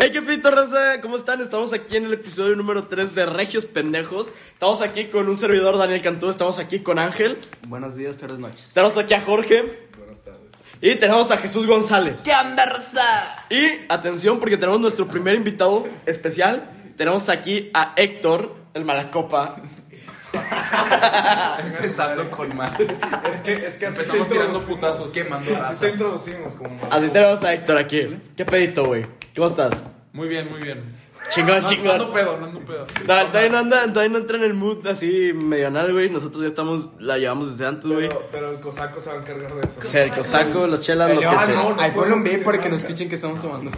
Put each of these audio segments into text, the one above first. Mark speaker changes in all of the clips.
Speaker 1: Hey, qué pito, raza. ¿Cómo están? Estamos aquí en el episodio número 3 de Regios Pendejos. Estamos aquí con un servidor, Daniel Cantú. Estamos aquí con Ángel.
Speaker 2: Buenos días, tardes, noches.
Speaker 1: Tenemos aquí a Jorge.
Speaker 3: Buenas tardes.
Speaker 1: Y tenemos a Jesús González.
Speaker 2: ¿Qué onda, raza?
Speaker 1: Y atención, porque tenemos nuestro primer invitado especial. Tenemos aquí a Héctor, el Malacopa.
Speaker 2: Empezando con mal.
Speaker 3: Es que, es que así
Speaker 2: Empezamos
Speaker 3: te
Speaker 2: tirando
Speaker 3: introducimos-
Speaker 2: putazos. Quemando
Speaker 3: Así
Speaker 2: raza.
Speaker 3: te introducimos como mal.
Speaker 1: Así tenemos a Héctor aquí. ¿Qué pedito, güey? ¿Cómo estás?
Speaker 4: Muy bien, muy bien.
Speaker 1: Chingón,
Speaker 4: No,
Speaker 1: chingón.
Speaker 4: no ando pedo, no ando pedo.
Speaker 1: No, él todavía no, anda, todavía no entra en el mood así medional, güey. Nosotros ya estamos, la llevamos desde antes, güey.
Speaker 3: Pero, pero el cosaco se va a encargar de eso.
Speaker 1: O sea, el cosaco, las chelas, lo que
Speaker 3: Ah,
Speaker 1: sea.
Speaker 3: no, no
Speaker 2: Ahí ponlo en
Speaker 3: puedo
Speaker 2: B para que
Speaker 3: decir
Speaker 2: nos
Speaker 3: marca.
Speaker 2: escuchen que estamos tomando.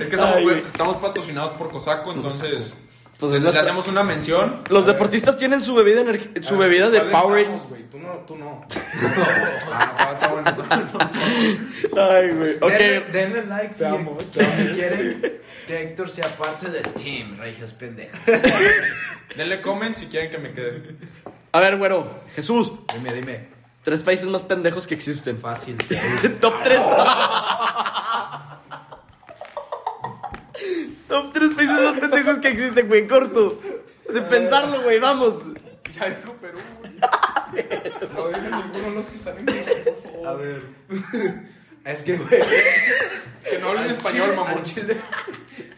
Speaker 4: Es que estamos,
Speaker 1: Ay, güey.
Speaker 4: estamos patrocinados por Cosaco, entonces
Speaker 1: Pues es
Speaker 4: le
Speaker 1: nuestra-
Speaker 4: hacemos una mención.
Speaker 1: Los deportistas tienen su bebida, energ- su bebida de
Speaker 3: ¿Cuál
Speaker 1: Powerade.
Speaker 3: estamos, güey? Tú no, tú no.
Speaker 2: Ah, está bueno.
Speaker 1: Ay, güey.
Speaker 2: Denle,
Speaker 1: Ok.
Speaker 2: denle like si,
Speaker 3: Te amo,
Speaker 2: si
Speaker 3: te amo.
Speaker 2: quieren que Héctor sea parte del team, regios pendejas.
Speaker 4: Denle comment si quieren que me quede.
Speaker 1: A ver, güero. Jesús.
Speaker 2: Dime, dime.
Speaker 1: Tres países más pendejos que existen.
Speaker 2: Fácil.
Speaker 1: Top 3. Top 3 países más pendejos que existen, güey. Corto. Sin pensarlo, güey. Vamos.
Speaker 4: Ya dijo Perú. güey.
Speaker 3: No digas ninguno de los que están en casa, por favor.
Speaker 2: A ver. Es que, güey.
Speaker 4: Que no hablen
Speaker 2: al
Speaker 4: español,
Speaker 2: Chile-
Speaker 4: mamón.
Speaker 2: Al Chile,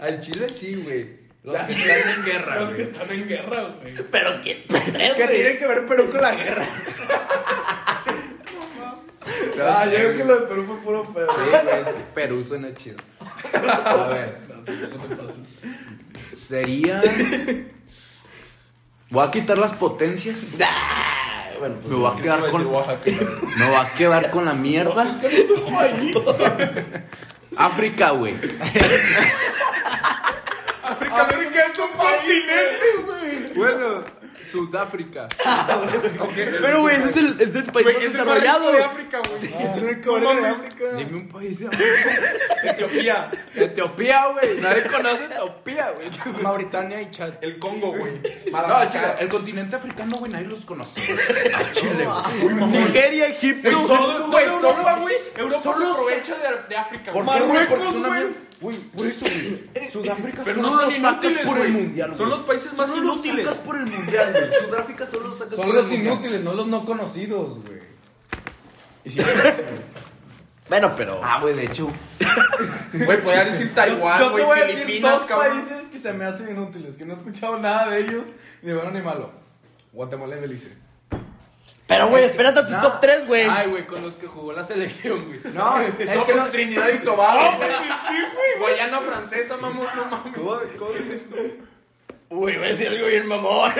Speaker 2: al Chile sí, güey. Los que están en guerra,
Speaker 3: Los que
Speaker 2: güey.
Speaker 3: están en guerra, güey.
Speaker 1: Pero qué.
Speaker 2: ¿Qué tiene que ver Perú con la guerra? No,
Speaker 3: Ah, yo
Speaker 2: sí,
Speaker 3: creo
Speaker 2: güey.
Speaker 3: que lo de Perú fue puro pedo.
Speaker 2: Sí, güey, es que Perú suena chido. A ver. Sería. Voy a quitar las potencias.
Speaker 1: Bueno,
Speaker 2: Me voy a
Speaker 4: Pues, Iba
Speaker 2: quedar
Speaker 4: a decir
Speaker 2: con.
Speaker 4: Oaxaca.
Speaker 2: Me voy a quedar con la mierda. África, güey.
Speaker 3: América es un continente.
Speaker 2: Bueno, Sudáfrica.
Speaker 1: Pero, güey, ese es el, es el país
Speaker 4: Güey,
Speaker 1: más
Speaker 4: es el más rico
Speaker 1: desarrollado.
Speaker 4: de África, güey.
Speaker 3: Es un recorrido de África.
Speaker 2: Dime un país. de-
Speaker 4: Etiopía,
Speaker 2: Etiopía, güey. Nadie conoce Etiopía, güey.
Speaker 3: Mauritania y Chad.
Speaker 4: el Congo, güey.
Speaker 2: No, chica, el continente africano, güey, nadie los conoce. A Chile, güey.
Speaker 1: Nigeria, Egipto.
Speaker 2: Güey,
Speaker 4: Todo,
Speaker 2: solo-
Speaker 4: toda
Speaker 2: solo-
Speaker 4: Europa, güey. Europa
Speaker 2: solo
Speaker 4: se aprovecha de, de África.
Speaker 2: ¿Por
Speaker 4: güey.
Speaker 2: qué, güey?
Speaker 4: Marruecos,
Speaker 2: Porque son
Speaker 4: güey.
Speaker 2: una- Güey, por eso, güey. Sudáfrica
Speaker 4: Pero
Speaker 2: son
Speaker 4: no
Speaker 2: los
Speaker 4: son
Speaker 2: sacas
Speaker 4: inútiles,
Speaker 2: por el
Speaker 4: güey.
Speaker 2: mundial,
Speaker 4: Son los países más
Speaker 2: Solo los
Speaker 4: inútiles.
Speaker 2: sacas por el mundial, güey. Sudáfrica solo los sacas por
Speaker 3: Son
Speaker 2: el
Speaker 3: los
Speaker 2: mundial.
Speaker 3: inútiles, no los no conocidos, güey.
Speaker 1: Bueno, pero.
Speaker 2: Ah, güey, de hecho.
Speaker 4: Güey, podrías decir Taiwán,
Speaker 3: Yo te voy
Speaker 4: güey,
Speaker 3: a decir dos
Speaker 4: Filipinas, cabrón.
Speaker 3: países que se me hacen inútiles, que no he escuchado nada de ellos, ni bueno ni malo. Guatemala y Belice.
Speaker 1: Pero, güey, espérate a tu
Speaker 2: nah.
Speaker 1: top 3, güey.
Speaker 2: Ay, güey, con los que jugó la selección, güey.
Speaker 3: No, es
Speaker 2: Es que no, Trinidad y Tobago, güey. Guayana francesa, mamón, no mames.
Speaker 3: ¿Cómo dices tú?
Speaker 1: Uy, voy a decir algo bien mamón.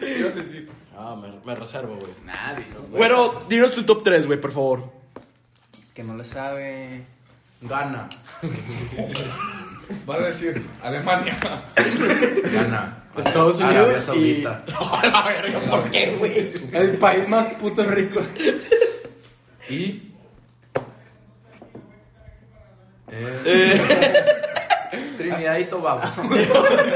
Speaker 4: ¿Qué ibas a decir?
Speaker 1: Ah, me, me reservo, güey.
Speaker 2: Nadie, los güey.
Speaker 1: Güero, dinos tu top 3, güey, por favor.
Speaker 2: Que no le sabe. Gana.
Speaker 3: Vas a decir Alemania.
Speaker 2: Gana.
Speaker 1: Estados
Speaker 2: Arabia Saudita.
Speaker 1: la verga, ¿por qué, güey?
Speaker 3: El país más puto rico.
Speaker 2: Y. Trinidad y Tobago.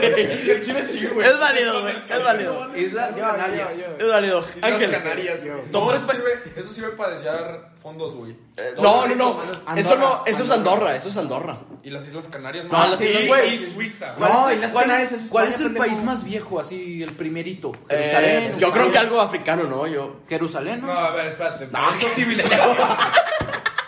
Speaker 3: Es que el Chile sí, güey.
Speaker 1: Es válido, güey, es válido.
Speaker 2: Islas Canarias.
Speaker 1: Es válido.
Speaker 4: Islas
Speaker 1: Ángel.
Speaker 4: Canarias, güey. Eh, No, eso sirve, eso sirve para desviar fondos, güey.
Speaker 1: No, no, Eh, no. Eso no, eso es Andorra, eso es Andorra.
Speaker 4: Y las Islas Canarias,
Speaker 1: No, las
Speaker 4: Sí,
Speaker 1: Islas-
Speaker 4: güey.
Speaker 3: Y Suiza.
Speaker 2: ¿Cuál
Speaker 3: No,
Speaker 2: es,
Speaker 3: y
Speaker 2: el,
Speaker 3: las
Speaker 2: cuál
Speaker 3: Canarias
Speaker 2: es-
Speaker 3: es
Speaker 2: cuál es
Speaker 3: España,
Speaker 2: el país
Speaker 3: pendejo.
Speaker 2: más viejo, así, el primerito?
Speaker 1: Eh,
Speaker 2: Jerusalén.
Speaker 1: yo creo que
Speaker 2: España.
Speaker 1: algo africano, ¿no? Yo.
Speaker 2: Jerusalén, ¿no?
Speaker 3: No, a ver, espérate.
Speaker 1: qué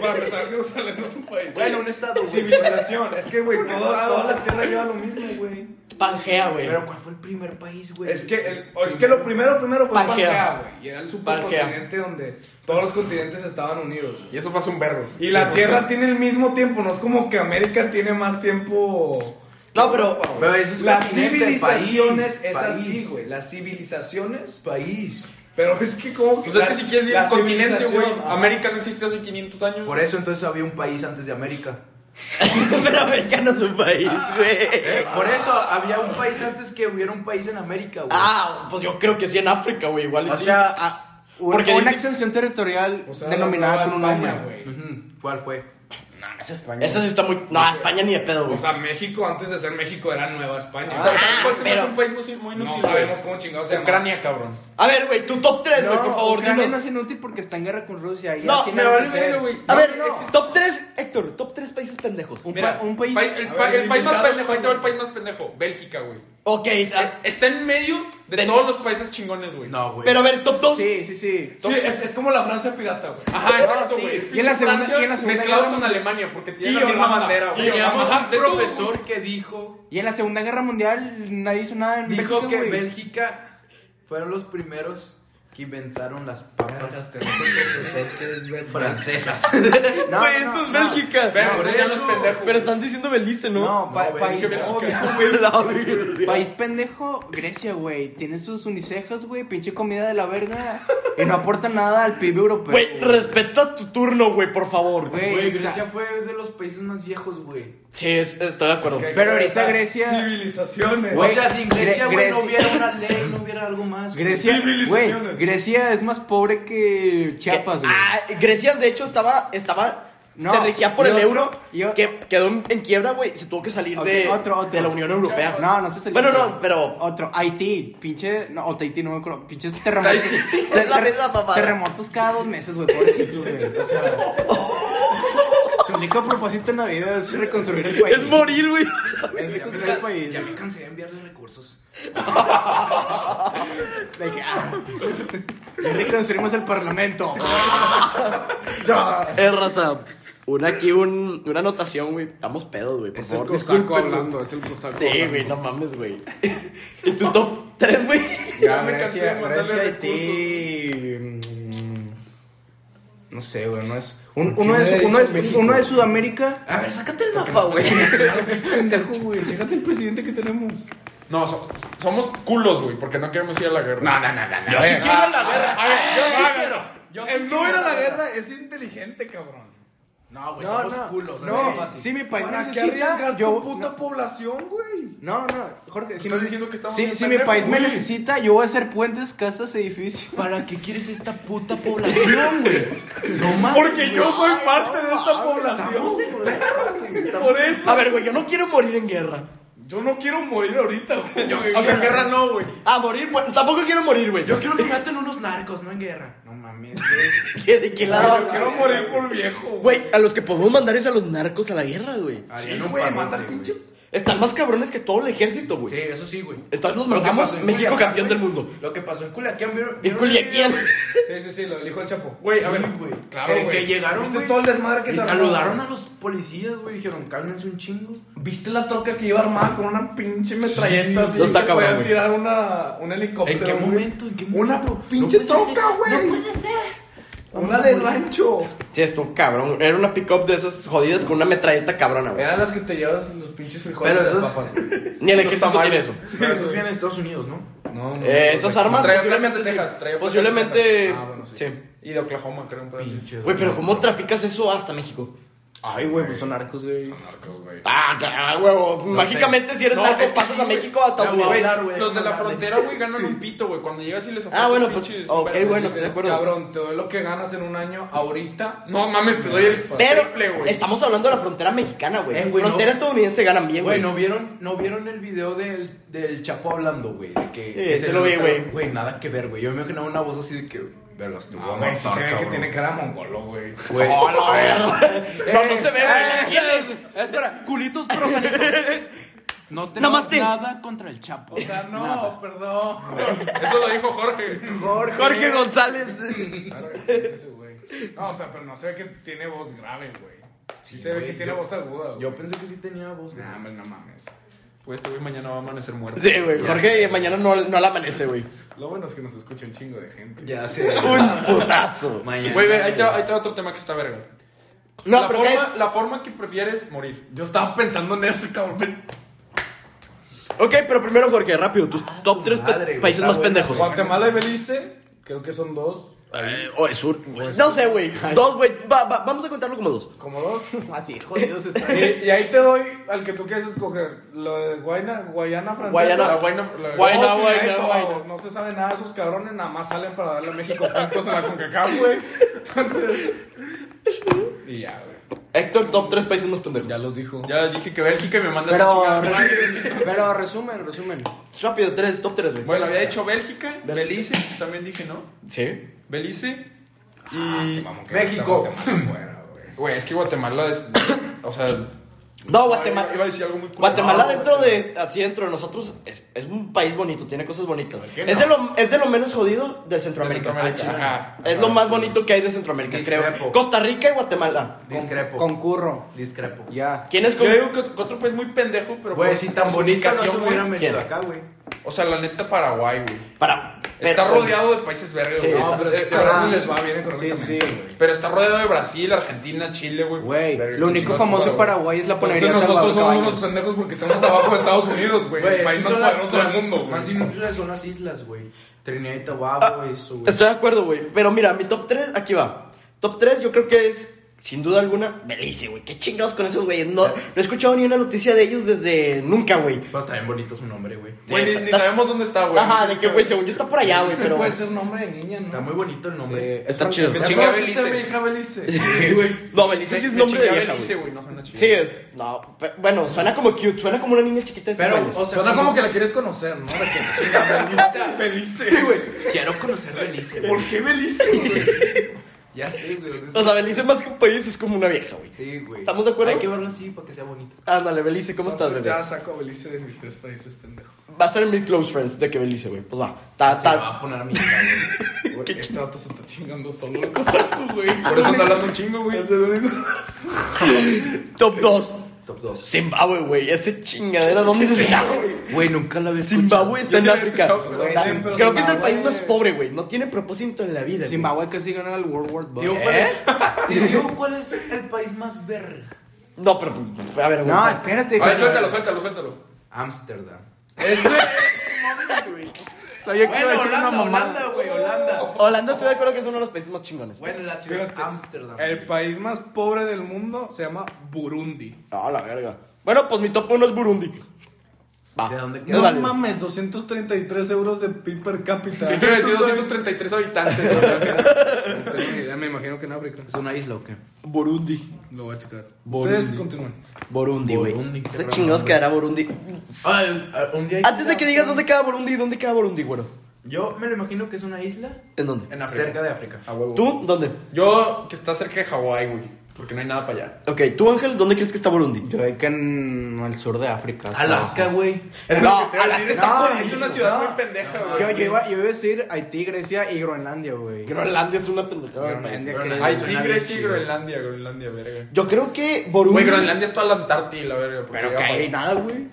Speaker 3: Para empezar, Jerusalén no es un país.
Speaker 2: Bueno, un estado, güey.
Speaker 3: Civilización. Es que, güey, todo- toda la tierra lleva lo mismo, güey.
Speaker 1: Pangea, güey.
Speaker 2: Pero ¿cuál fue el primer país, güey?
Speaker 3: Es que, el- es que lo primero, primero fue
Speaker 1: Pangea.
Speaker 3: Pangea, güey. Y era el supercontinente donde todos los continentes estaban unidos.
Speaker 4: Y eso fue hace un verbo.
Speaker 3: Y la Tierra tiene el mismo tiempo, no es como que América tiene más tiempo.
Speaker 1: No, pero-
Speaker 2: Pero eso es
Speaker 3: las
Speaker 2: continente,
Speaker 3: civilizaciones
Speaker 2: país,
Speaker 3: es así,
Speaker 2: país.
Speaker 3: güey. Las civilizaciones.
Speaker 2: País.
Speaker 3: Pero es que como
Speaker 4: Pues es que si quieres ir
Speaker 3: la
Speaker 4: al continente, güey.
Speaker 3: civilización, ajá.
Speaker 4: América no existió hace 500 años.
Speaker 2: Por eso entonces había un país antes de América.
Speaker 1: Pero americano es un país, güey.
Speaker 2: Por eso había un país antes que hubiera un país en América, güey.
Speaker 1: Ah, pues yo creo que sí en África, güey. Igual y
Speaker 2: o
Speaker 1: sí.
Speaker 2: sea, ah, un-
Speaker 1: Porque
Speaker 2: una
Speaker 1: dice-
Speaker 2: extensión territorial
Speaker 3: O sea,
Speaker 2: denominada
Speaker 3: la
Speaker 2: con un
Speaker 3: Nueva
Speaker 2: nombre.
Speaker 3: España, güey.
Speaker 2: Ujú. ¿Cuál fue?
Speaker 3: No, esa es España.
Speaker 1: Esa sí está muy. No, España ni de pedo,
Speaker 3: O
Speaker 1: güey.
Speaker 3: sea, México antes de ser México era Nueva España.
Speaker 5: O sea, ¿sabes
Speaker 1: Ah,
Speaker 5: cuál se me hace
Speaker 1: pero-
Speaker 5: un país muy, muy
Speaker 3: no
Speaker 5: inútil, güey?
Speaker 3: sabemos cómo chingados se llama.
Speaker 5: Ucrania, cabrón.
Speaker 1: A ver, güey, tu top 3, güey, por favor,
Speaker 2: Ucrania no
Speaker 1: dinos.
Speaker 2: es inútil porque está en guerra con Rusia. y
Speaker 1: No,
Speaker 2: ya tiene
Speaker 5: Me
Speaker 2: algo
Speaker 5: vale
Speaker 2: que hacer.
Speaker 5: verga, güey.
Speaker 1: A
Speaker 5: No,
Speaker 1: ver,
Speaker 5: no.
Speaker 1: top 3, Héctor, top 3 países pendejos.
Speaker 2: Un,
Speaker 5: Mira,
Speaker 2: pa- un país.
Speaker 5: pa- el,
Speaker 3: A
Speaker 5: pa-
Speaker 3: ver,
Speaker 5: el país más
Speaker 3: invitados.
Speaker 5: pendejo, ahí te va el país más pendejo, Bélgica, güey.
Speaker 1: Ok, está-
Speaker 5: Está en medio de
Speaker 1: De-
Speaker 5: todos los países chingones, güey.
Speaker 4: Ah,
Speaker 2: No, güey.
Speaker 1: pero a ver, top 2.
Speaker 2: Sí, sí, sí.
Speaker 3: Sí, es, es como la Francia pirata, güey.
Speaker 4: Ah,
Speaker 5: Ajá, exacto,
Speaker 2: Oh, sí.
Speaker 5: güey.
Speaker 2: Y en la
Speaker 5: Pinche
Speaker 2: segunda-
Speaker 5: Francia
Speaker 2: y en la segunda
Speaker 5: mezclado
Speaker 2: guerra
Speaker 5: con
Speaker 2: mundial.
Speaker 5: Alemania, porque
Speaker 3: Y
Speaker 5: tiene la misma
Speaker 3: Holanda.
Speaker 5: bandera, güey.
Speaker 4: Teníamos
Speaker 5: Ajá,
Speaker 4: un
Speaker 5: de todo, güey.
Speaker 4: profesor que dijo,
Speaker 2: Y en la Segunda Guerra Mundial nadie hizo nada en
Speaker 4: dijo
Speaker 2: México,
Speaker 4: que
Speaker 2: güey.
Speaker 4: Bélgica
Speaker 2: fueron los primeros que inventaron las papas
Speaker 3: Francia.
Speaker 2: francesas.
Speaker 1: Güey,
Speaker 2: No, no,
Speaker 1: Pues, eso es
Speaker 2: no.
Speaker 1: Bélgica.
Speaker 5: Pero
Speaker 1: No,
Speaker 5: por
Speaker 1: pero-
Speaker 5: eso- pendejo.
Speaker 1: Pero están diciendo Belice, ¿no?
Speaker 2: No, pa-
Speaker 5: güey,
Speaker 2: país,
Speaker 5: dije Bélgica.
Speaker 1: La verga.
Speaker 2: país pendejo, Grecia, güey. Tiene sus unicejas, güey, pinche comida de la verga. Y no aporta nada al PIB europeo.
Speaker 1: Güey, respeta tu turno, güey, por favor.
Speaker 2: Güey,
Speaker 4: Güey,
Speaker 2: está-
Speaker 4: Grecia fue de los países más viejos, güey
Speaker 1: Sí, es- estoy de acuerdo.
Speaker 2: Pero ahorita Grecia-
Speaker 3: Civilizaciones.
Speaker 4: O sea, sin Grecia,
Speaker 2: Gre-
Speaker 4: güey, no
Speaker 2: Grecia-
Speaker 4: hubiera una ley, no hubiera algo más güey.
Speaker 2: Grecia,
Speaker 3: Civilizaciones.
Speaker 2: güey, Grecia es más pobre que
Speaker 1: Que-
Speaker 2: Chiapas, güey.
Speaker 1: ah, Grecia, de hecho, estaba. estaba
Speaker 2: No,
Speaker 1: se regía por
Speaker 2: y
Speaker 1: el
Speaker 2: otro-
Speaker 1: euro,
Speaker 2: y o-
Speaker 1: que quedó en, en quiebra, güey. Se tuvo que salir
Speaker 2: Ok,
Speaker 1: de,
Speaker 2: otro, otro.
Speaker 1: de la Unión Europea.
Speaker 2: No, no se salió.
Speaker 1: Bueno, no, pero-
Speaker 2: Otro, Haití, pinche. No, o Tahití, no me acuerdo. Pinches terremotos.
Speaker 1: Es la misma mamada.
Speaker 2: terremotos cada dos meses, güey, pobrecitos, güey. O sea. Su único propósito en la vida es reconstruir el país.
Speaker 1: Es morir, güey.
Speaker 2: Es reconstruir el país.
Speaker 4: Ya me cansé de enviarle recursos
Speaker 2: De que, ah, y reconstruimos el parlamento.
Speaker 1: Es Eh, raza. Una aquí, un- una anotación, güey. Estamos pedos, güey. Por
Speaker 3: Es el
Speaker 1: favor,
Speaker 3: cosaco
Speaker 1: discúlpenme.
Speaker 3: hablando, es el cosaco
Speaker 1: Sí,
Speaker 3: hablando.
Speaker 1: güey, no mames, güey. ¿Y tu top 3, güey?
Speaker 2: Ya,
Speaker 3: me cansé de
Speaker 2: Grecia,
Speaker 3: mandarle
Speaker 2: Grecia, Haití. mm, No sé, güey, no es. un- uno,
Speaker 3: me
Speaker 2: es,
Speaker 3: he
Speaker 2: uno,
Speaker 3: dicho
Speaker 2: es
Speaker 3: México?
Speaker 2: uno es Sudamérica.
Speaker 4: A ver, sácate el mapa, güey
Speaker 3: pendejo, güey. Fíjate el presidente que tenemos.
Speaker 5: No, so- somos culos, güey, porque no queremos ir a la guerra.
Speaker 3: No, no, no, no.
Speaker 5: Yo sí quiero ir a la guerra. A ver, yo sí
Speaker 3: Ah,
Speaker 5: quiero. Yo sí
Speaker 3: El
Speaker 5: quiero
Speaker 3: no ir a la guerra es inteligente, cabrón.
Speaker 4: No, güey,
Speaker 2: No,
Speaker 4: somos
Speaker 2: no,
Speaker 4: culos
Speaker 2: no,
Speaker 4: así de fácil.
Speaker 2: si mi país
Speaker 3: ¿Para qué
Speaker 2: necesita,
Speaker 3: arriesgar
Speaker 2: yo
Speaker 3: tu puta
Speaker 2: no,
Speaker 3: población, güey?
Speaker 2: no, no, Jorge, si,
Speaker 5: Estás
Speaker 2: mi-
Speaker 5: diciendo que estamos
Speaker 2: si,
Speaker 5: bien
Speaker 2: si mi
Speaker 5: pendejos,
Speaker 2: país me
Speaker 5: güey.
Speaker 2: necesita, yo voy a hacer puentes, casas, edificios.
Speaker 4: ¿Para qué quieres esta puta población, güey? No mames
Speaker 3: Porque yo soy parte de esta población. Por eso.
Speaker 1: A ver, güey, yo no quiero morir en guerra.
Speaker 3: Yo no quiero morir ahorita, güey.
Speaker 5: Yo sí quiero. O sea, guerra no, güey.
Speaker 1: Ah, morir, bueno, tampoco quiero morir, güey.
Speaker 4: Yo quiero que maten unos narcos, no en guerra
Speaker 2: No mames, güey.
Speaker 1: ¿Qué- ¿De qué
Speaker 3: Yo
Speaker 1: lado?
Speaker 3: quiero morir por viejo.
Speaker 1: Güey, a los que podemos mandar es a los narcos a la guerra, güey.
Speaker 3: Sí, güey, manda al pinche.
Speaker 1: Están más cabrones que todo el ejército,
Speaker 4: Sí,
Speaker 1: güey.
Speaker 4: eso sí, güey
Speaker 1: Entonces los
Speaker 4: Lo que
Speaker 1: mandamos
Speaker 4: pasó en
Speaker 1: México
Speaker 4: Culiacán,
Speaker 1: campeón
Speaker 4: güey.
Speaker 1: del mundo.
Speaker 4: Lo que pasó en Culiacán, ¿vieron?
Speaker 1: En Culiacán.
Speaker 3: Sí, sí, sí, lo dijo el Chapo.
Speaker 4: Güey, a
Speaker 5: Sí,
Speaker 4: ver,
Speaker 5: güey.
Speaker 4: Claro,
Speaker 5: Que-
Speaker 4: que,
Speaker 5: que
Speaker 4: llegaron,
Speaker 3: ¿Viste todo el desmadre que
Speaker 4: y
Speaker 3: se armó?
Speaker 4: saludaron a los policías, güey, dijeron, cálmense un chingo.
Speaker 3: ¿Viste la troca que iba armada con una pinche metralleta así?
Speaker 1: no está
Speaker 3: pues, que
Speaker 1: cabrón,
Speaker 3: podía
Speaker 1: güey.
Speaker 3: tirar una, un helicóptero.
Speaker 4: ¿En qué
Speaker 3: güey?
Speaker 4: momento? ¿En qué
Speaker 3: Una
Speaker 4: momento?
Speaker 3: pinche
Speaker 4: No puede
Speaker 3: troca,
Speaker 4: ser,
Speaker 3: güey.
Speaker 4: No puede ser.
Speaker 3: una de rancho.
Speaker 1: Sí, esto, cabrón. Era una pick-up de esas jodidas con una metralleta cabrona, güey.
Speaker 3: Eran las que te llevas los pinches frijoles
Speaker 4: Pero
Speaker 3: y las
Speaker 4: esos-
Speaker 3: papas. güey.
Speaker 1: Ni el ejército tiene eso.
Speaker 4: Pero eso es bien en Estados Unidos, ¿no?
Speaker 3: No, no,
Speaker 1: Eh, esas armas
Speaker 5: Traía
Speaker 1: posiblemente
Speaker 5: placas de
Speaker 1: sí.
Speaker 5: Texas, traía placas de
Speaker 1: Posiblemente.
Speaker 3: Texas. Ah, bueno, sí.
Speaker 1: sí.
Speaker 5: Y de Oklahoma, creo, un pedazo.
Speaker 4: Pinche
Speaker 1: Güey, pero ¿cómo traficas eso hasta México?
Speaker 2: Ay, güey, pues son arcos, güey.
Speaker 5: Narcos, güey.
Speaker 1: Ah, claro, güey. Mágicamente, si eres
Speaker 5: No,
Speaker 1: narco,
Speaker 5: es que
Speaker 1: pasas
Speaker 5: sí,
Speaker 1: a
Speaker 5: güey.
Speaker 1: México hasta
Speaker 4: No, güey.
Speaker 1: Unidos.
Speaker 4: hablar, güey,
Speaker 5: Los de la
Speaker 4: hablar de-
Speaker 5: frontera, güey, ganan un pito, güey. Cuando llegas y les ofreces
Speaker 1: Ah, bueno, pues,
Speaker 5: pinches
Speaker 1: ok,
Speaker 5: verdes, dicen,
Speaker 1: bueno, estoy de acuerdo.
Speaker 3: Cabrón, te doy lo que ganas en un año ahorita.
Speaker 5: No mames, te doy el triple,
Speaker 1: Pero
Speaker 5: güey.
Speaker 1: estamos hablando de la frontera mexicana, güey.
Speaker 4: Eh, güey,
Speaker 1: frontera
Speaker 4: no.
Speaker 1: estadounidense ganan bien, güey.
Speaker 4: Güey, ¿no vieron, ¿no vieron el video del, del Chapo hablando, güey? De que...
Speaker 1: Sí,
Speaker 4: que
Speaker 1: sí
Speaker 4: se
Speaker 1: lo vi,
Speaker 4: nota,
Speaker 1: güey.
Speaker 4: Güey, nada que ver, güey. Yo me imaginaba una voz así de que... Vergas, te voy a
Speaker 3: Ah, güey, sí se
Speaker 4: matar,
Speaker 3: ve que
Speaker 4: cabrón".
Speaker 3: tiene cara Oh, de mongolo, güey. Eh,
Speaker 4: Güey.
Speaker 1: No, no, güey. No, no se ve,
Speaker 2: Eh,
Speaker 1: güey.
Speaker 2: Espera, culitos proselitos. No
Speaker 1: tenemos Namaste.
Speaker 2: nada contra el Chapo.
Speaker 3: O sea, no, perdón.
Speaker 5: Eso lo dijo Jorge.
Speaker 3: Jorge.
Speaker 1: Jorge González.
Speaker 3: Claro, es ese güey. No, o sea, pero no se ve que tiene voz grave, güey. Sí, se ve
Speaker 4: güey,
Speaker 3: que tiene
Speaker 4: yo-
Speaker 3: voz aguda, güey.
Speaker 4: Yo pensé que sí tenía voz, güey.
Speaker 3: Nah, hombre, no mames.
Speaker 5: Pues este güey mañana va a amanecer muerto.
Speaker 1: Sí, güey. Jorge mañana no, no la amanece, güey.
Speaker 3: Lo bueno es que nos escucha un chingo de gente.
Speaker 4: Ya sé.
Speaker 1: Un putazo.
Speaker 4: Mañana.
Speaker 5: Güey, ve, ahí te, va- ahí te va otro tema que está verga.
Speaker 1: No,
Speaker 5: la,
Speaker 1: pero
Speaker 5: forma,
Speaker 1: que...
Speaker 5: la forma que prefieres morir.
Speaker 3: Yo estaba pensando en ese cabrón.
Speaker 1: Ok, pero
Speaker 3: Ah,
Speaker 1: primero, Jorge, rápido. Tus top 3
Speaker 4: madre, güey,
Speaker 1: países
Speaker 4: está
Speaker 1: más
Speaker 4: buena,
Speaker 1: pendejos.
Speaker 4: güey.
Speaker 3: Guatemala y Belice, creo que son dos.
Speaker 1: Eh, o es un.
Speaker 3: Pues
Speaker 1: No sé, güey. Dos, güey. Va- va- vamos a contarlo como dos.
Speaker 6: Como dos.
Speaker 1: Así, jodidos está.
Speaker 6: Y, y ahí te doy al que tú quieres escoger. Lo de Guayana, Guayana francesa.
Speaker 1: Guayana-
Speaker 6: La Guayana,
Speaker 1: Guayana,
Speaker 6: la- Oh,
Speaker 1: Guayana,
Speaker 6: Guayana.
Speaker 1: Guayana.
Speaker 6: No se sabe nada de esos cabrones, nada más salen para darle a México puntos en la CONCACAF, güey. Entonces. Y ya, güey.
Speaker 1: Héctor, top tres países más pendejos.
Speaker 6: Ya los dijo.
Speaker 3: Ya dije que Bélgica y me manda esta
Speaker 2: Pero,
Speaker 3: chingada.
Speaker 2: resumen, pero resumen, resumen.
Speaker 1: Rápido, tres, top tres, güey.
Speaker 3: Bueno, había hecho Bélgica, Belice, también dije, ¿no?
Speaker 1: Sí.
Speaker 3: Belice.
Speaker 6: Qué mamón que
Speaker 4: México.
Speaker 6: está Guatemala fuera, güey.
Speaker 3: Güey, es que Guatemala es. O sea.
Speaker 1: No, Guatemala.
Speaker 3: Iba a decir algo muy curioso.
Speaker 1: Guatemala
Speaker 3: No,
Speaker 1: dentro de, así dentro de nosotros, es, es un país bonito, tiene cosas bonitas. Es, de lo, es de lo menos jodido de Centroamérica.
Speaker 3: De Centroamérica,
Speaker 1: Ah,
Speaker 3: ajá.
Speaker 1: chingada. es lo más bonito que hay de Centroamérica, creo.
Speaker 4: Discrepo.
Speaker 1: Costa Rica y Guatemala.
Speaker 4: Discrepo.
Speaker 2: Concurro.
Speaker 4: Discrepo.
Speaker 2: Ya.
Speaker 1: ¿Quién es
Speaker 3: Ah. Yo
Speaker 1: con-
Speaker 3: digo que que otro país muy pendejo, pero.
Speaker 4: Güey,
Speaker 3: por-
Speaker 4: si
Speaker 3: por
Speaker 4: tan
Speaker 3: su
Speaker 4: bonita no se
Speaker 3: ubicación,
Speaker 4: hubieran
Speaker 3: güey.
Speaker 4: metido
Speaker 1: ¿Quién?
Speaker 4: acá, güey.
Speaker 3: O sea, la neta, Paraguay, güey.
Speaker 1: Para.
Speaker 3: Está
Speaker 1: pero-
Speaker 3: rodeado de países verdes,
Speaker 1: Sí,
Speaker 3: güey.
Speaker 1: está-
Speaker 3: No, pero, eh,
Speaker 6: A
Speaker 3: pero-
Speaker 6: Brasil les va bien
Speaker 2: Sí,
Speaker 6: económicamente.
Speaker 2: sí.
Speaker 3: pero está rodeado de Brasil, Argentina, Chile, güey.
Speaker 2: Güey,
Speaker 3: Verga,
Speaker 2: lo
Speaker 3: qué
Speaker 2: único
Speaker 3: chingados
Speaker 2: famoso en
Speaker 3: está Paraguay.
Speaker 2: Paraguay es la
Speaker 6: Entonces
Speaker 2: panadería Salvador
Speaker 6: nosotros somos unos
Speaker 2: Caballos.
Speaker 6: pendejos porque estamos abajo de Estados Unidos, güey.
Speaker 4: Güey,
Speaker 6: el
Speaker 4: es que
Speaker 6: país más
Speaker 4: son las
Speaker 6: poderoso del
Speaker 4: las-
Speaker 6: mundo, güey.
Speaker 4: Más inútiles son las islas, güey. Trinidad y Tobago,
Speaker 1: Ah,
Speaker 4: güey. su-
Speaker 1: Estoy de acuerdo, güey. Pero mira, mi top 3, aquí va. Top 3 yo creo que es, sin duda alguna, Belice, güey. Qué chingados con esos güeyes. No, no he escuchado ni una noticia de ellos desde nunca, güey.
Speaker 4: Pues está bien bonito su nombre, güey.
Speaker 3: Güey, ni- ni, sabemos dónde está, güey.
Speaker 1: Ajá, de que, güey, según yo está por allá, güey,
Speaker 6: Ese
Speaker 1: pero...
Speaker 6: puede ser nombre de niña, ¿no?
Speaker 4: Está muy bonito el nombre.
Speaker 1: Eh, Está chido.
Speaker 3: Me
Speaker 6: Ya
Speaker 3: chingué a
Speaker 6: conociste
Speaker 3: Belice.
Speaker 6: mi hija Belice.
Speaker 4: Sí, güey.
Speaker 1: No, Belice sí es nombre de vieja,
Speaker 3: Belice,
Speaker 1: güey.
Speaker 3: güey. No suena chido.
Speaker 1: Sí, es... No, pe- bueno, suena como cute, suena como una niña chiquita de cinco
Speaker 4: Pero,
Speaker 1: años.
Speaker 4: o sea,
Speaker 6: Suena como que la quieres conocer, ¿no? De que,
Speaker 4: O sea,
Speaker 6: Belice, güey.
Speaker 4: quiero conocer Belice. güey.
Speaker 6: ¿Por qué Belice, güey?
Speaker 4: Ya sé, güey. dónde está.
Speaker 1: O sea, Belice más que un país es como una vieja, güey.
Speaker 4: Sí, güey.
Speaker 1: ¿Estamos de acuerdo?
Speaker 4: Hay que verlo así para que sea bonito.
Speaker 1: Ándale, Belice, ¿cómo estás, bebé?
Speaker 6: Ya saco a Belice de mis tres países, pendejo.
Speaker 1: Va a ser mi close friends de que Belice, güey. Pues va. Ta,
Speaker 4: Se
Speaker 1: ta.
Speaker 4: va a poner a mi hija, güey.
Speaker 6: Este vato se está chingando solo el cosaco, güey.
Speaker 3: Por eso anda hablando un chingo, güey.
Speaker 6: Es el único.
Speaker 1: Top 2.
Speaker 4: Top 2.
Speaker 1: Zimbabue, güey. Ese chingadera, ¿dónde se está, güey?
Speaker 4: Güey, nunca la había
Speaker 1: Zimbabue
Speaker 4: escuchado.
Speaker 1: está en
Speaker 3: sí lo he
Speaker 1: África.
Speaker 3: escuchado, pero-
Speaker 1: Ta-
Speaker 6: Sí, pero
Speaker 1: Creo que es el
Speaker 6: Zimbabue-
Speaker 1: país más pobre, güey. No tiene propósito en la vida. güey. ¿Eh?
Speaker 2: Zimbabue casi gana el World War ¿Eh?
Speaker 4: Digo,
Speaker 2: Bowl.
Speaker 4: ¿cuál es, digo, ¿cuál es el país más verga?
Speaker 1: No, pero. A ver, güey.
Speaker 2: No, espérate.
Speaker 3: A ver,
Speaker 2: güey.
Speaker 3: suéltalo, suéltalo, suéltalo.
Speaker 4: Ámsterdam.
Speaker 6: Sabía que iba a
Speaker 4: Bueno,
Speaker 6: decir una
Speaker 4: Holanda,
Speaker 6: mamada. Oh.
Speaker 4: Holanda, güey, Holanda.
Speaker 1: Holanda, estoy de acuerdo que es uno de los países más chingones.
Speaker 4: Bueno, la ciudad de Ámsterdam.
Speaker 6: El país más pobre del mundo se llama Burundi.
Speaker 1: Ah, la verga. Bueno, pues mi top 1 es Burundi. Va.
Speaker 4: ¿De dónde
Speaker 1: Es
Speaker 4: queda?
Speaker 6: No
Speaker 1: válido.
Speaker 6: mames, 233 euros de PIB per cápita.
Speaker 3: Yo te iba a decir 233 habitantes, güey.
Speaker 6: No tengo ni idea, me imagino que en África.
Speaker 4: ¿Es una isla o qué?
Speaker 1: Burundi.
Speaker 6: Lo voy a checar.
Speaker 1: Burundi.
Speaker 6: Ustedes continúen.
Speaker 1: Burundi, güey.
Speaker 4: Burundi, qué
Speaker 1: ¿Dónde
Speaker 4: raro,
Speaker 1: chingados
Speaker 4: güey.
Speaker 1: quedará Burundi?
Speaker 4: Ay, un día
Speaker 1: Antes de que digas dónde queda Burundi, ¿dónde queda Burundi, güero?
Speaker 4: Yo me lo imagino que es una isla
Speaker 1: ¿En dónde?
Speaker 3: En África.
Speaker 4: cerca de África.
Speaker 3: A huevo.
Speaker 1: ¿Tú? ¿Dónde?
Speaker 3: Yo, que está cerca de Hawái, güey. Porque no hay nada para allá.
Speaker 1: Ok, tú Ángel, ¿dónde crees que está Burundi?
Speaker 2: Yo creo que en el sur de África. hasta
Speaker 4: Alaska,
Speaker 2: abajo.
Speaker 4: güey.
Speaker 1: No, Alaska
Speaker 2: está
Speaker 3: está Es
Speaker 2: buenísimo.
Speaker 3: una ciudad
Speaker 2: No.
Speaker 6: Ah.
Speaker 3: muy pendeja,
Speaker 4: No,
Speaker 3: güey.
Speaker 2: Yo, yo, iba, yo iba a decir Haití, Grecia y Groenlandia, güey.
Speaker 1: Groenlandia es una pendejada. de país.
Speaker 2: Groenlandia,
Speaker 4: Groenlandia.
Speaker 2: que-
Speaker 3: Ay, sí,
Speaker 4: Suena bien
Speaker 3: Grecia y
Speaker 4: chido.
Speaker 3: Groenlandia, Groenlandia, verga.
Speaker 1: Yo creo que Burundi.
Speaker 3: Güey, Groenlandia es toda la Antártida, y la verga. porque
Speaker 2: Pero
Speaker 3: llega
Speaker 2: que
Speaker 3: para
Speaker 2: hay
Speaker 3: allá.
Speaker 2: nada, güey.